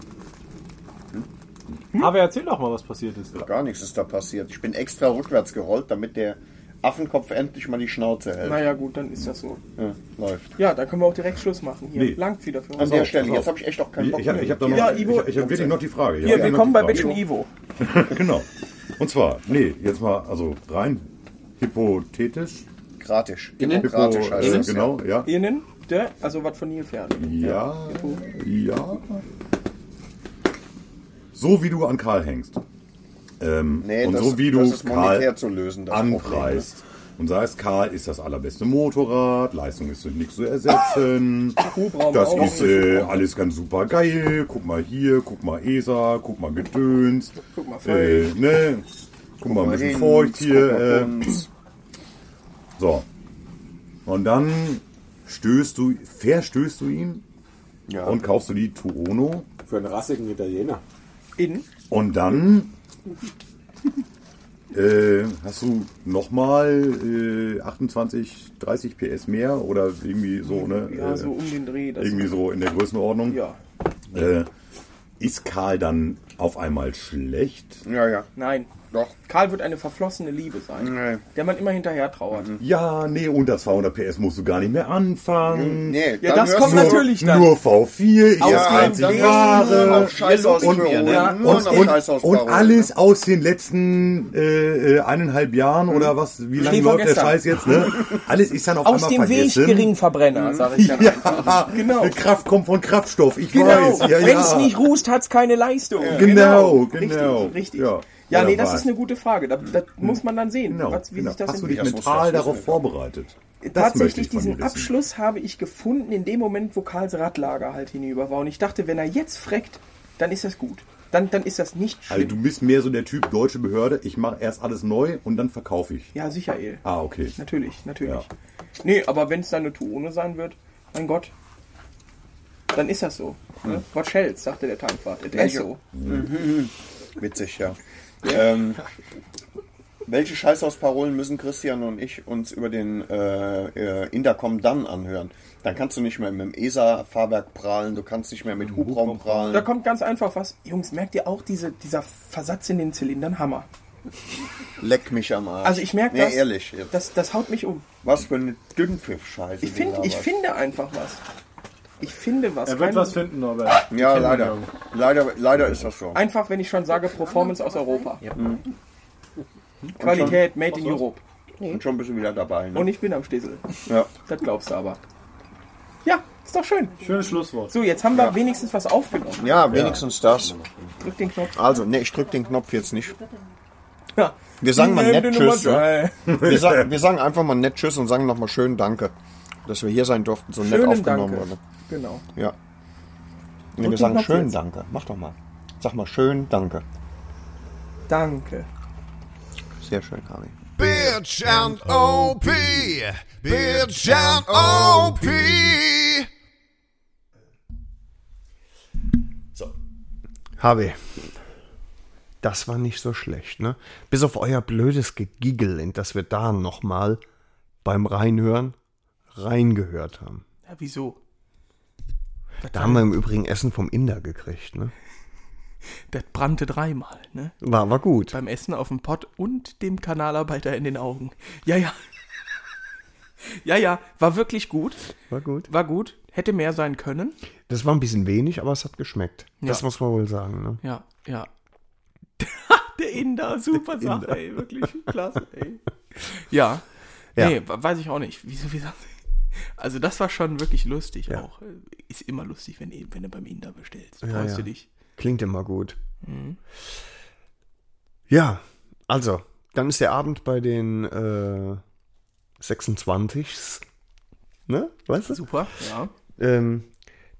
Aber Hm? erzähl doch mal, was passiert ist. Gar nichts ist da passiert. Ich bin extra rückwärts gerollt, damit der Affenkopf endlich mal die Schnauze hält. Naja, gut, dann ist das so. Ja, läuft. Ja, dann können wir auch direkt Schluss machen. Hier, Nee. langt wieder für An der Stelle, jetzt habe ich echt auch keinen Bock Ich habe ich hab da noch, Ja, ich, Ivo. ich hab wirklich noch die Frage. Ich Hier, hab wir noch kommen die bei Frage. Bitch und Ivo. genau. Und zwar, nee, jetzt mal, also rein hypothetisch. Gratisch. Innen? also. Demokratisch Gratisch heißt äh, es, Genau, ja. Innen, der, also was von Nilpferden. Ja, ja. So wie du an Karl hängst. Ähm, Nee, und das- so wie du das ist monetär Karl zu lösen, das anpreist. Und sagst, Karl ist das allerbeste Motorrad, Leistung ist nichts zu ersetzen. Hubraum Das auch. ist äh, alles ganz super geil. Guck mal hier, guck mal ESA, guck mal Gedöns. Guck mal äh, Feucht. ne? Guck, mal ein mal bisschen hin, Feucht guck hier. mal Äh. So. Und dann stößt du, verstößt du ihn und kaufst du die Tuono. Für einen rassigen Italiener. Innen? Und dann äh, hast du nochmal äh, 28, 30 PS mehr oder irgendwie so, ne? Ja, äh, so um den Dreh. Das irgendwie so in der Größenordnung. Ja. Äh, ist Karl dann auf einmal schlecht? Mhm. Ja, ja. Nein. Doch. Karl wird eine verflossene Liebe sein, der man immer hinterher trauert. Ja, nee, unter 200 PS musst du gar nicht mehr anfangen. Nee, Ja, dann das hörst kommt du- natürlich dann. Nur V4, ist Ja, einzig dann Wahre. nur noch Scheiß und, ausführen, und, ja. Nur und, noch Scheiß und, ausbauen, und alles aus den letzten äh, äh, eineinhalb Jahren oder was, wie lange Hm. Schnee läuft der vergessen. Scheiß jetzt, ne? Alles ist dann auf Aus dem einmal Weg, vergessen. Geringverbrenner, sag ich dann ja, genau. Kraft kommt von Kraftstoff, ich weiß. Ja, Wenn es ja. Genau. nicht ruht, hat es keine Leistung. Genau, genau. Richtig, richtig. Ja, Ja. nee, Wunderbar. das ist eine gute Frage. Da, da muss man dann sehen, Genau, was, wie genau. sich das Hast du dich entwickelt. mental darauf vorbereitet? Das möchte Tatsächlich ich von diesen dir wissen. Abschluss habe ich gefunden in dem Moment, wo Karls Radlager halt hinüber war. Und ich dachte, wenn er jetzt freckt, dann ist das gut. Dann, dann ist das nicht schlimm. Also du bist mehr so der Typ deutsche Behörde, ich mache erst alles neu und dann verkaufe ich. ja, Sichael. Ah, okay. Natürlich, natürlich. Ja. Nee, aber wenn es dann eine Tuone sein wird, mein Gott, dann ist das so. Hm. Ne? What shells, sagte der Tankwart. It is so. Mhm. Witzig, ja. Ähm, welche Scheißhausparolen müssen Christian und ich uns über den äh, äh, Intercom dann anhören? Dann kannst du nicht mehr mit dem ESA-Fahrwerk prahlen, du kannst nicht mehr mit Hubraum prahlen. Da kommt ganz einfach was. Jungs, merkt ihr auch diese, dieser Versatz in den Zylindern? Hammer. Leck mich am Arsch. Also ich merke nee, das, ehrlich. Jetzt. das. Das haut mich um. Was für eine Dünnpfiff-Scheiße. Ich, find, ich finde einfach was. Ich finde was. Er wird Kein- was finden, Norbert. Ja, Kennen wir leider. ja. Leider, leider ist das so. Einfach, wenn ich schon sage, Performance aus Europa. Mhm. Qualität made in Europe. Und schon ein bisschen wieder dabei. Ne? Und ich bin am Stesel. ja. Das glaubst du aber. Ja, ist doch schön. Schönes Schlusswort. So, jetzt haben wir wenigstens was aufgenommen. ja, wenigstens das. Drück den Knopf. Also, ne, ich drück den Knopf jetzt nicht. Ja. Wir sagen mal Nimm nett die Nummer Tschüss. drei. ja. Wir sagen, wir sagen einfach mal nett Tschüss und sagen nochmal schön Danke, dass wir hier sein durften, so nett Schönen aufgenommen Danke. wurde. Genau. Ja. Drück Nee, wir den sagen Knopf schön jetzt. Danke. Mach doch mal. Sag mal schön Danke. Danke. Sehr schön, Harry. Bitch and OP. Bitch and OP. HW. Das war nicht so schlecht, ne? Bis auf euer blödes Gegigel, in das wir da nochmal beim Reinhören reingehört haben. Ja, wieso? Da haben wir im Übrigen Essen vom Inder gekriegt, ne? Das brannte dreimal, ne? War, war gut. Beim Essen auf dem Pott und dem Kanalarbeiter in den Augen. Ja, ja. Ja, ja, war wirklich gut. War gut. War gut. Hätte mehr sein können. Das war ein bisschen wenig, aber es hat geschmeckt. Ja. Das muss man wohl sagen, ne? Ja, ja. Der Inder, super Der Sache, Inder. ey. Wirklich klasse, ey. Ja. Ja. Nee, we- weiß ich auch nicht. Wieso, wieso? Also, das war schon wirklich lustig auch. Ist immer lustig, wenn, e-, wenn du beim Inder bestellst. Ja, Freust du ja. dich? Klingt immer gut. Mhm. Ja, also, dann ist der Abend bei den äh, 26s. Ne? Weißt du? Super, ja. ähm,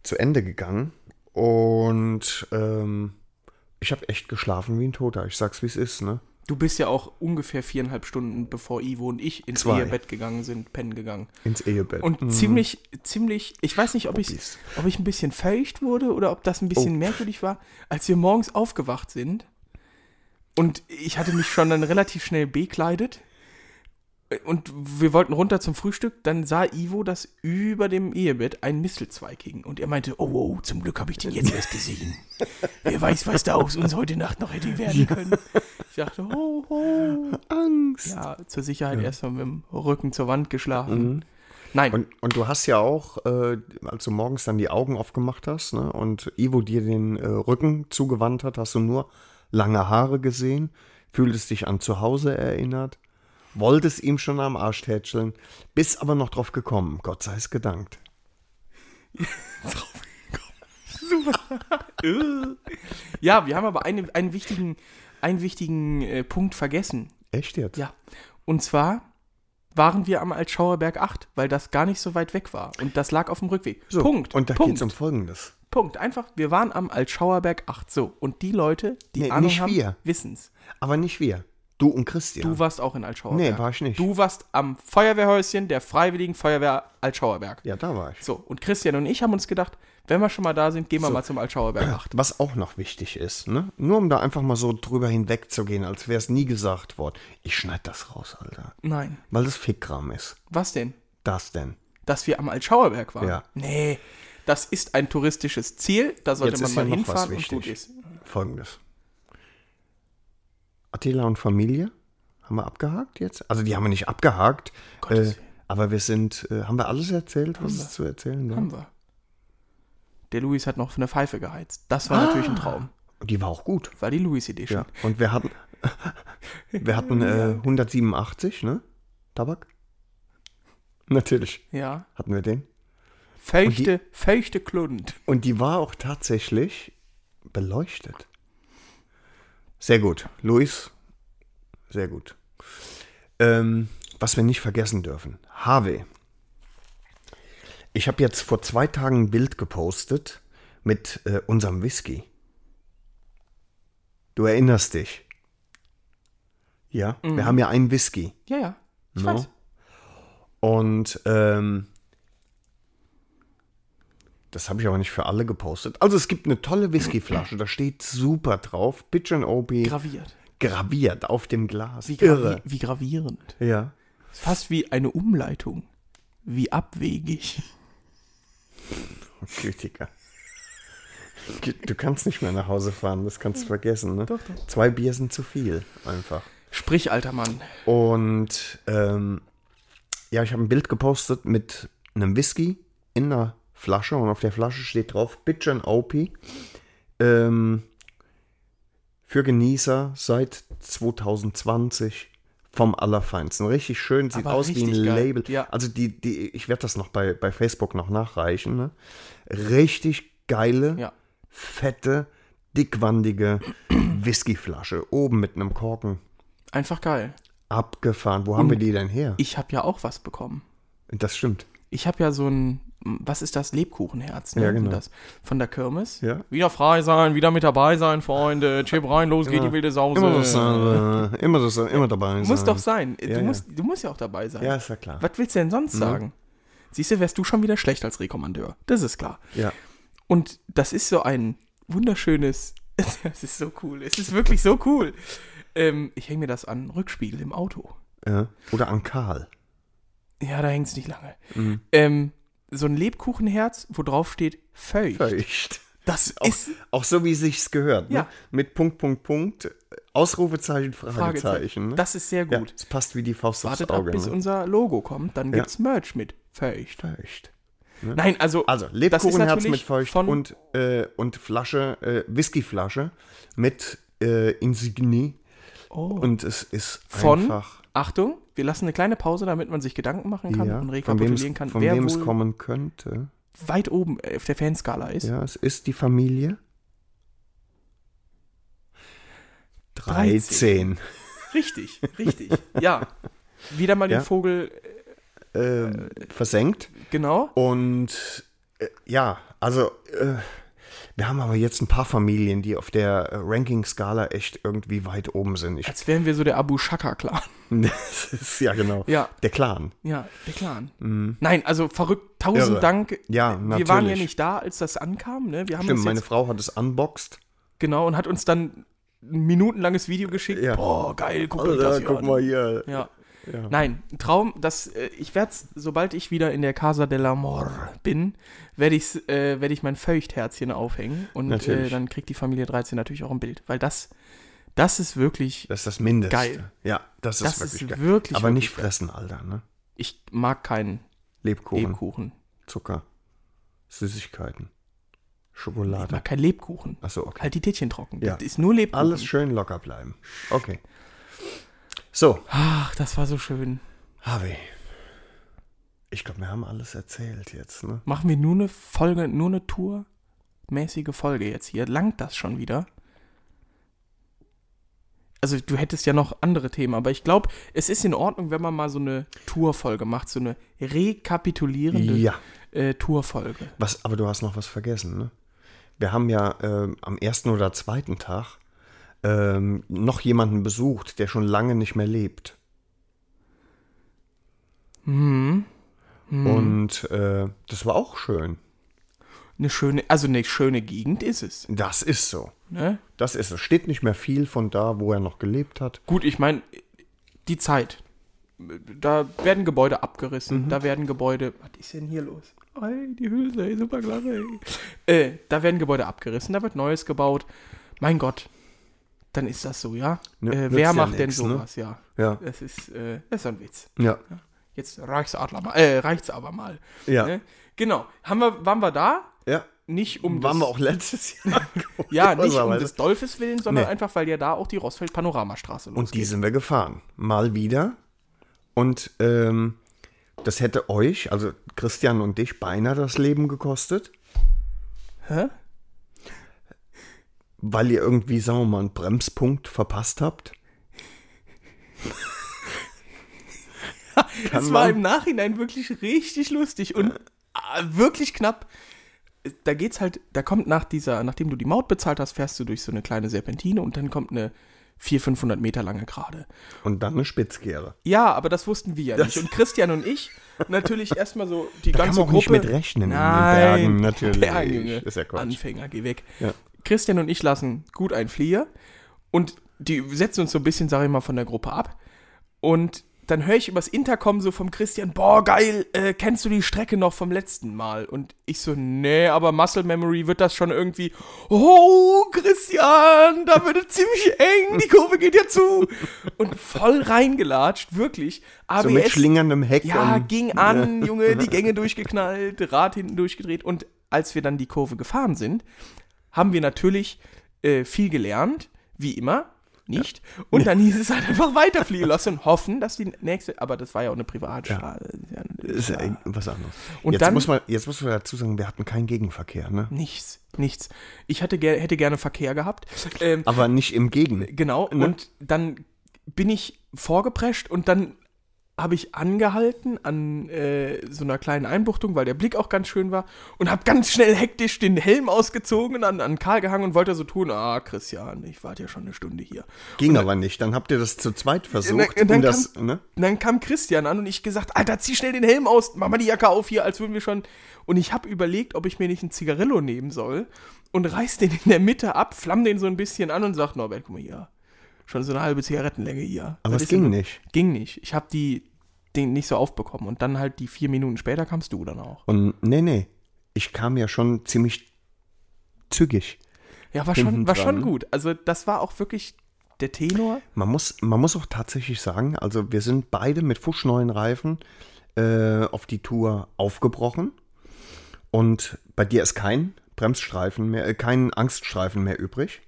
zu Ende gegangen und ähm, ich habe echt geschlafen wie ein Toter. Ich sag's, wie es ist, ne? Du bist ja auch ungefähr viereinhalb Stunden, bevor Ivo und ich ins Zwei. Ehebett gegangen sind, pennen gegangen. Ins Ehebett. Und Mhm. ziemlich, ziemlich, ich weiß nicht, ob ich, ob ich ein bisschen feucht wurde oder ob das ein bisschen Oh. merkwürdig war, als wir morgens aufgewacht sind. Und ich hatte mich schon dann relativ schnell bekleidet. Und wir wollten runter zum Frühstück, dann sah Ivo, dass über dem Ehebett ein Mistelzweig hing. Und er meinte, oh, oh zum Glück habe ich den jetzt erst gesehen. Wer weiß, was da aus uns heute Nacht noch hätte werden können. Ich dachte, ho, ho. Angst. Ja, zur Sicherheit erstmal mit dem Rücken zur Wand geschlafen. Mhm. Nein. Und, und du hast ja auch, äh, als du morgens dann die Augen aufgemacht hast ne, und Ivo dir den äh, Rücken zugewandt hat, hast du nur lange Haare gesehen, fühltest dich an zu Hause erinnert, wolltest ihm schon am Arsch tätscheln, bist aber noch drauf gekommen. Gott sei es gedankt. Äh. ja, wir haben aber eine, einen wichtigen, einen wichtigen äh, Punkt vergessen. Echt jetzt? Ja. Und zwar waren wir am Altschauerberg 8, weil das gar nicht so weit weg war. Und das lag auf dem Rückweg. So, Punkt. Und da Punkt. geht es um Folgendes. Punkt. Einfach, wir waren am Altschauerberg 8. So. Und die Leute, die Nee, Ahnung nicht haben, wir. wissen's. Aber nicht wir. Du und Christian. Du warst auch in Altschauerberg. Nee, war ich nicht. Du warst am Feuerwehrhäuschen der Freiwilligen Feuerwehr Altschauerberg. ja, da war ich. So. Und Christian und ich haben uns gedacht, wenn wir schon mal da sind, gehen wir mal zum Altschauerberg 8. Was auch noch wichtig ist, ne? Nur um da einfach mal so drüber hinwegzugehen, als wäre es nie gesagt worden. Ich schneide das raus, Alter. Nein. Weil es Fickkram ist. Was denn? Das denn? dass wir am Altschauerberg waren. Ja. Nee, das ist ein touristisches Ziel, da sollte Jetzt man ist mal ja noch was hinfahren und wichtig. gut ist. Folgendes. Attila und Familie haben wir abgehakt jetzt? Also die haben wir nicht abgehakt, äh, aber wir sind, äh, haben wir alles erzählt, was es zu erzählen Haben gab? wir. Der Luis hat noch eine Pfeife geheizt. Das war natürlich ein Traum. Und äh, Die war auch gut. War die Luis Edition. Ah. Ja. Und wir hatten, wir hatten äh, 187, ne? Tabak? Natürlich. Ja. Hatten wir den? Feuchte, feuchte Klund. Und die war auch tatsächlich beleuchtet. Sehr gut. Luis, sehr gut. Ähm, was wir nicht vergessen dürfen. HW. Ich habe jetzt vor zwei Tagen ein Bild gepostet mit äh, unserem Whisky. Du erinnerst dich. Ja, Mhm. wir haben ja einen Whisky. Ja, ja. Ich No? weiß. Und ähm, das habe ich aber nicht für alle gepostet. Also es gibt eine tolle Whiskyflasche, da steht super drauf. Bitch and Opie. Graviert. Graviert auf dem Glas. Wie, gravi Irre. wie gravierend. Ja. Fast wie eine Umleitung. Wie abwegig. Gütiger. Du kannst nicht mehr nach Hause fahren, das kannst du vergessen. Ne? Doch, doch. Zwei Bier sind zu viel, einfach. Sprich, alter Mann. Und ähm, ja, ich habe ein Bild gepostet mit einem Whisky in einer Flasche und auf der Flasche steht drauf Bitch and Opie. Ähm, für Genießer seit 2020 vom Allerfeinsten. Richtig schön, sieht Aber aus wie ein richtig geil, Label. ja. Also die, die, ich werde das noch bei, bei Facebook noch nachreichen. Ne? Richtig geile, Ja. fette, dickwandige Whiskyflasche. Oben mit einem Korken. Einfach geil. Abgefahren. Wo haben wir die denn her? Ich habe ja auch was bekommen. das stimmt. Ich habe ja so ein, was ist das? Lebkuchenherz, ne? Ja, genau. Das von der Kirmes. Ja. Wieder frei sein, wieder mit dabei sein, Freunde. Chip rein, los geht Immer- die wilde Sause. Immer das sein, äh, immer das sein, immer dabei sein. Muss doch sein. Du, Ja, ja. Musst, du musst ja auch dabei sein. Ja, ist ja klar. Was willst du denn sonst Mhm. sagen? Siehst du, wärst du schon wieder schlecht als Rekommandeur. Das ist klar. Ja. Und das ist so ein wunderschönes. Das ist so cool. Es ist wirklich so cool. Ähm, ich hänge mir das an den Rückspiegel im Auto. Ja. Oder an Karl. Ja, da hängt's nicht lange. Mhm. Ähm, so ein Lebkuchenherz, wo drauf steht feucht. Feucht. Das Auch, ne? ist auch so, wie sich's gehört. Ja. Ne? Mit Punkt, Punkt, Punkt, Ausrufezeichen, Fragezeichen. Fragezeichen. ne? Das ist sehr Ja, gut. es passt wie die Faust Wartet aufs ab, Auge. bis ne? unser Logo kommt, dann Ja. gibt's Merch mit feucht. Feucht. Ne? Nein, also Also, das ist Lebkuchenherz natürlich mit Feucht von und, äh, und Flasche, äh, Whiskyflasche mit äh, Insignie. Oh. Und es ist von einfach. Achtung, wir lassen eine kleine Pause, damit man sich Gedanken machen kann ja, und von wem es- rekapitulieren kann, von wer wem es wohl kommen könnte. weit oben auf der Fanskala ist. Ja, es ist die Familie. 13. 13. Richtig, richtig. ja. Wieder mal Ja. den Vogel, Ähm, versenkt. genau. Oh. Und äh, ja, also äh, wir haben aber jetzt ein paar Familien, die auf der äh, Ranking-Skala echt irgendwie weit oben sind. Ich, Als wären wir so der Abu Shaka-Clan. das ist ja genau. Ja. Der Clan. Ja, der Clan. Mhm. Nein, also verrückt, tausend Irre. Dank. Ja, Wir waren ja natürlich. nicht da, als das ankam. Ne? Wir haben Stimmt, uns meine jetzt, Frau hat es unboxed. genau, und hat uns dann ein minutenlanges Video geschickt. Boah, geil, Oh, guck euch Alter, das hier Also, guck an. mal hier. Ja. Ja. Nein, ein Traum, das, äh, ich werde sobald ich wieder in der Casa del Amor bin, werde ich's, äh, werd ich mein Feuchtherzchen aufhängen und äh, Natürlich. dann kriegt die Familie 13 natürlich auch ein Bild, weil das, das ist wirklich Das ist das Mindeste. geil. Ja, das ist Das wirklich ist geil. wirklich, Aber nicht wirklich geil. fressen, Alter, ne? Ich mag keinen Lebkuchen. Lebkuchen. Zucker. Süßigkeiten. Ich Schokolade. mag keinen Lebkuchen. Achso, okay. Halt die Tätchen trocken. Ja. Das ist nur Lebkuchen. Alles schön locker bleiben. Okay. So. Ach, das war so schön. Harvey. Ich glaube, wir haben alles erzählt jetzt, ne? Machen wir nur eine Folge, nur eine Tour-mäßige Folge jetzt hier. Langt das schon wieder? Also du hättest ja noch andere Themen, aber ich glaube, es ist in Ordnung, wenn man mal so eine Tour-Folge macht, so eine rekapitulierende Ja. äh, Tour-Folge. Was, aber du hast noch was vergessen, ne? Wir haben ja ähm, am ersten oder zweiten Tag ähm, noch jemanden besucht, der schon lange nicht mehr lebt. Mhm. Mhm. Und äh, das war auch schön. eine schöne, also eine schöne Gegend ist es. Das ist so. Ne? Das ist es. Steht nicht mehr viel von da, wo er noch gelebt hat. Gut, ich meine, die Zeit. Da werden Gebäude abgerissen, Mhm. da werden Gebäude. Was ist denn hier los? Ey, die Hülse, ey, super klasse, ey. Äh, da werden Gebäude abgerissen, da wird Neues gebaut. Mein Gott, dann ist das so, ja? Ne- äh, nützt wer ja macht denn nix, sowas, ne? ja? Ja. Das ist, äh, das ist ein Witz. Ja. Jetzt reicht's Adler mal, äh, reicht's aber mal. Ja. Ne? Genau. Haben wir, waren wir da? Ja. Nicht um Waren wir das, auch letztes Jahr. Ja, nicht um komischerweise. des Dolphes willen, sondern Nee. einfach, weil ja da auch die Rossfeld-Panoramastraße Und die sind wir gefahren. Mal wieder. Und ähm, das hätte euch, also Christian und dich, beinahe das Leben gekostet. Hä? Weil ihr irgendwie, sagen wir mal, einen Bremspunkt verpasst habt. Kann Es war man- im Nachhinein wirklich richtig lustig und ah, wirklich knapp. Da geht's halt, da kommt nach dieser, nachdem du die Maut bezahlt hast, fährst du durch so eine kleine Serpentine und dann kommt eine 400, 500 Meter lange Gerade. Und dann eine Spitzkehre. Ja, aber das wussten wir ja Das- nicht. Und Christian und ich natürlich erstmal so die Da kann ganze man auch nicht Gruppe. mit rechnen in den Nein, Bergen, natürlich. Bergen, Junge. Ist ja Quatsch. Anfänger, geh weg. Ja. Christian und ich lassen gut ein Flieger und die setzen uns so ein bisschen, sag ich mal, von der Gruppe ab. Und dann höre ich übers Intercom so vom Christian, boah, geil, äh, kennst du die Strecke noch vom letzten Mal? Und ich so, nee, aber Muscle Memory wird das schon irgendwie, oh, Christian, da wird es ziemlich eng, die Kurve geht ja zu. Und voll reingelatscht, wirklich. ABS, So mit schlingerndem Heck. ja, und- ging an, Junge, die Gänge durchgeknallt, Rad hinten durchgedreht. Und als wir dann die Kurve gefahren sind, haben wir natürlich äh, viel gelernt, wie immer, nicht. Und dann hieß es halt einfach weiterfliegen lassen und hoffen, dass die nächste, aber das war ja auch eine Privatstraße. Ist ja eng- was anderes. Und jetzt, dann- muss man, jetzt muss man dazu sagen, wir hatten keinen Gegenverkehr, ne? Nichts, nichts. Ich hatte ger hätte gerne Verkehr gehabt. Ähm, Aber nicht im Gegen. Genau, Ne? und dann bin ich vorgeprescht und dann habe ich angehalten an äh, so einer kleinen Einbuchtung, weil der Blick auch ganz schön war und habe ganz schnell hektisch den Helm ausgezogen und an, an Karl gehangen und wollte so tun, ah, Christian, ich warte ja schon eine Stunde hier. Ging aber nicht. Dann habt ihr das zu zweit Und dann- versucht. und dann um das, kam, ne? und dann kam Christian an und ich gesagt, Alter, zieh schnell den Helm aus, mach mal die Jacke auf hier, als würden wir schon. Und ich habe überlegt, ob ich mir nicht ein Zigarillo nehmen soll und reiß den in der Mitte ab, flamm den so ein bisschen an und sag, Norbert, guck mal hier, schon so eine halbe Zigarettenlänge hier. Aber es Was ist denn- ging nicht. Ging nicht. Ich habe die den nicht so aufbekommen und dann halt die vier Minuten später kamst du dann auch. Und nee, nee. Ich kam ja schon ziemlich zügig. Ja, war schon, Hinten war schon dran. gut. Also das war auch wirklich der Tenor. Man muss, man muss auch tatsächlich sagen, also wir sind beide mit fuschneuen Reifen äh, auf die Tour aufgebrochen. Und bei dir ist kein Bremsstreifen mehr, äh, kein Angststreifen mehr übrig.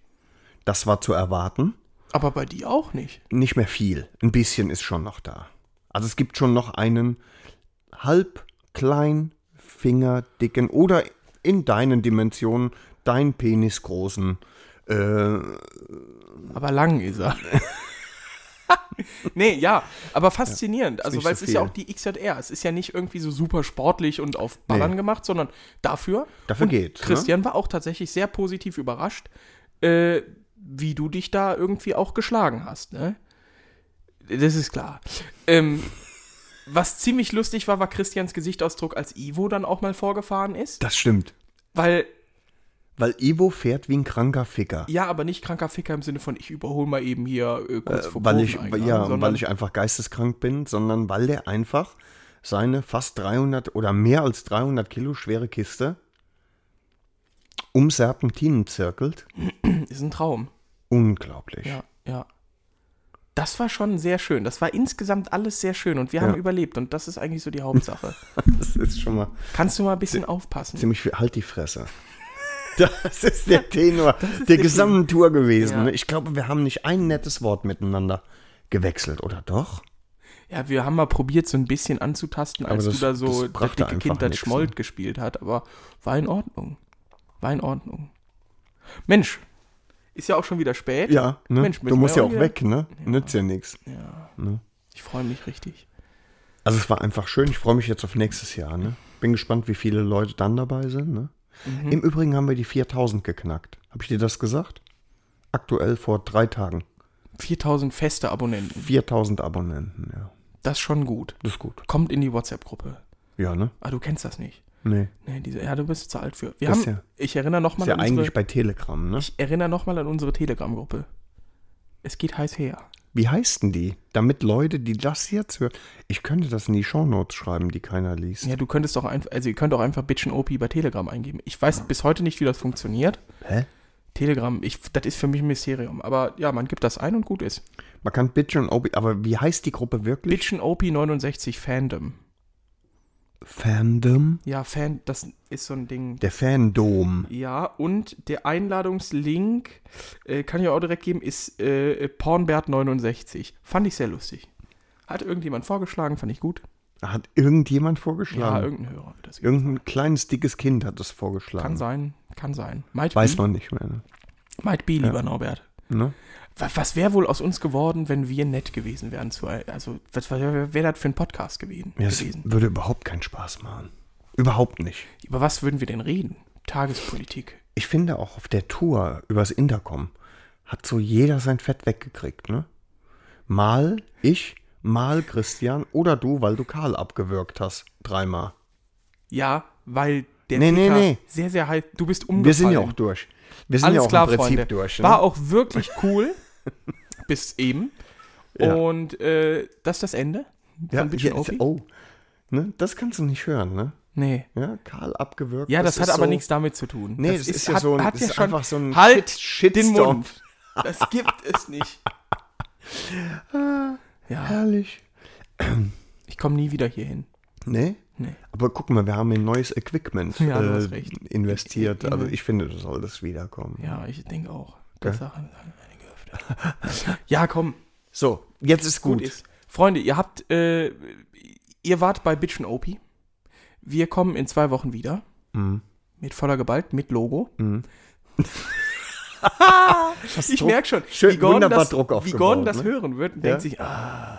Das war zu erwarten. Aber bei dir auch nicht. Nicht mehr viel. Ein bisschen ist schon noch da. Also es gibt schon noch einen halb klein fingerdicken oder in deinen Dimensionen dein Penis großen. Äh, Aber lang ist er. nee, ja, aber faszinierend. also, nicht weil es so ist ja viel. auch die XJR. Es ist ja nicht irgendwie so super sportlich und auf Ballern Nee. gemacht, sondern dafür. Dafür und geht, ne? Christian war auch tatsächlich sehr positiv überrascht, äh, wie du dich da irgendwie auch geschlagen hast, ne? Das ist klar. Ähm, was ziemlich lustig war, war Christians Gesichtsausdruck, als Ivo dann auch mal vorgefahren ist, das stimmt. weil Weil Ivo fährt wie ein kranker Ficker. Ja, aber nicht kranker Ficker im Sinne von, ich überhole mal eben hier äh, kurz Äh, vor weil ich, Kurveneingang, ja, sondern- weil ich einfach geisteskrank bin, sondern weil der einfach seine fast 300 oder mehr als 300 Kilo schwere Kiste um Serpentinen zirkelt. Ist ein Traum. Unglaublich. Ja, ja. Das war schon sehr schön. Das war insgesamt alles sehr schön und wir Ja. haben überlebt und das ist eigentlich so die Hauptsache. Das ist schon mal Kannst du mal ein bisschen aufpassen? ziemlich viel. Halt die Fresse. Das ist der Tenor der gesamten Tour gewesen. Ja. ne? Ich glaube, wir haben nicht ein nettes Wort miteinander gewechselt, oder doch? Ja, wir haben mal probiert, so ein bisschen anzutasten, Aber als das- du da so das brachte dicke Kind einfach ne? das nix, Schmold gespielt hat, aber war in Ordnung. War in Ordnung. Mensch, ist ja auch schon wieder spät. Ja, ne? Mensch, du müssen musst wir ja auch wieder- weg, ne? Nützt ja nichts. Ja. Ne? Ich freue mich richtig. Also es war einfach schön. Ich freue mich jetzt auf nächstes Jahr. Ne? Bin gespannt, wie viele Leute dann dabei sind. Ne? Mhm. Im Übrigen haben wir die 4000 geknackt. Habe ich dir das gesagt? Aktuell vor drei Tagen. 4000 feste Abonnenten. 4000 Abonnenten, ja. Das ist schon gut. Das ist gut. Kommt in die WhatsApp-Gruppe. Ja, ne? Ah, du kennst das nicht. Nee. Nee, diese, ja, du bist zu alt für. Wir Das haben, ist ja- ich erinnere Ist nochmal ja an unsere, eigentlich bei Telegram, ne? ich erinnere noch mal an unsere Telegram-Gruppe. Es geht heiß her. Wie heißen die? Damit Leute, die das jetzt hören. Ich könnte das in die Shownotes schreiben, die keiner liest. Ja, du könntest doch einfach, also ihr könnt auch einfach Bitchen OP bei Telegram eingeben. Ich weiß bis heute nicht, wie das funktioniert. Hä? Telegram, ich, das ist für mich ein Mysterium. Aber ja, man gibt das ein und gut ist. Man kann Bitchen und Obi. Aber wie heißt die Gruppe wirklich? Bitchen OP 69 Fandom. Fandom? Ja, Fan, das ist so ein Ding. Der Fandom. Ja, und der Einladungslink, äh, kann ich auch direkt geben, ist äh, Pornbert69. Fand ich sehr lustig. Hat irgendjemand vorgeschlagen, fand ich gut. Hat irgendjemand vorgeschlagen? Ja, irgendein Hörer hat das Irgendein kleines, dickes Kind hat das vorgeschlagen. Kann sein, kann sein. Might Weiß be, man nicht mehr. Ne? Might be, Ja. lieber Norbert. Ne? Wa- Was wäre wohl aus uns geworden, wenn wir nett gewesen wären? Zu, also, was wäre wär das für ein Podcast gewesen? Ja, es gewesen? würde überhaupt keinen Spaß machen. Überhaupt nicht. Über was würden wir denn reden? Tagespolitik. Ich finde auch auf der Tour übers Intercom hat so jeder sein Fett weggekriegt, ne? Mal ich, mal Christian oder du, weil du Karl abgewürgt hast. Dreimal. Ja, weil der Nee, nee, Peter nee. sehr, sehr heiß. Du bist umgefallen. Wir sind ja auch durch. Wir sind Alles ja auch klar, im Prinzip Freunde. durch. Ne? War auch wirklich cool. bis eben. Ja. Und äh, das ist das Ende ja, Bitchin' hier Opie? ist, oh. Ne? Das kannst du nicht hören, ne? Nee. Ja, Karl abgewürgt. Ja, das, hat ist aber so- nichts damit zu tun. Nee, das, ist, ja hat, so ein, hat das ja ist schon, einfach so ein halt Shit- den Shitstorm. Mund. Das gibt es nicht. Ah. Ja. Herrlich. Ich komme nie wieder hierhin. Nee? Nee. Aber guck mal, wir haben in neues Equipment Ja, du äh, hast recht. investiert. In- in- Also ich finde, das soll das wiederkommen. Ja, ich denke auch. Gell? Das haben einige öfter. ja, komm. So, jetzt ist gut. ist. Freunde, ihr habt, äh, ihr wart bei Bitchen OP. Wir kommen in zwei Wochen wieder. Mhm. Mit voller Gewalt, mit Logo. Mhm. ich Druck- merke schon, schön- wie Gordon, wunderbar das, Druck wie aufgebaut, Gordon das ne? hören wird und Ja. denkt sich, ah,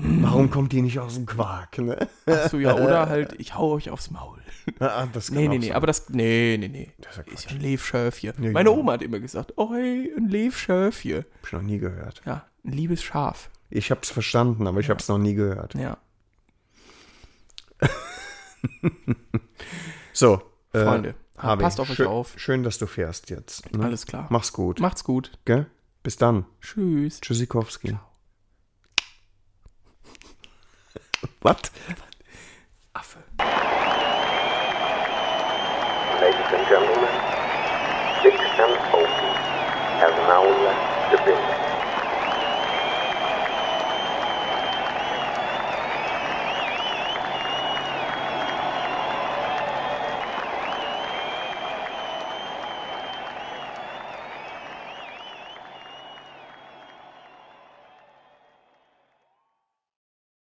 Hm. Warum kommt die nicht aus dem Quark? Ne? ach so, ja, oder halt, ich hau euch aufs Maul. Ah, das kann Nee, auch nee, nee, sein. aber das. Nee, nee, nee. Das ist Das ja genau. ist ja ein Leefschöf hier. Ja, Meine ja. Oma hat immer gesagt: Oh, hey, ein Leefschöf hier. Hab ich noch nie gehört. Ja, ein liebes Schaf. Ich hab's verstanden, aber ich hab's noch nie gehört. Ja. So, äh, Freunde, Harvey, Ah, passt auf euch schön, auf. Schön, dass du fährst jetzt. ne? Alles klar. Mach's gut. Macht's gut. Gell? Bis dann. Tschüss. Tschüssikowski. Was? Affe. Ladies and gentlemen, Dick and Opie has now left the building.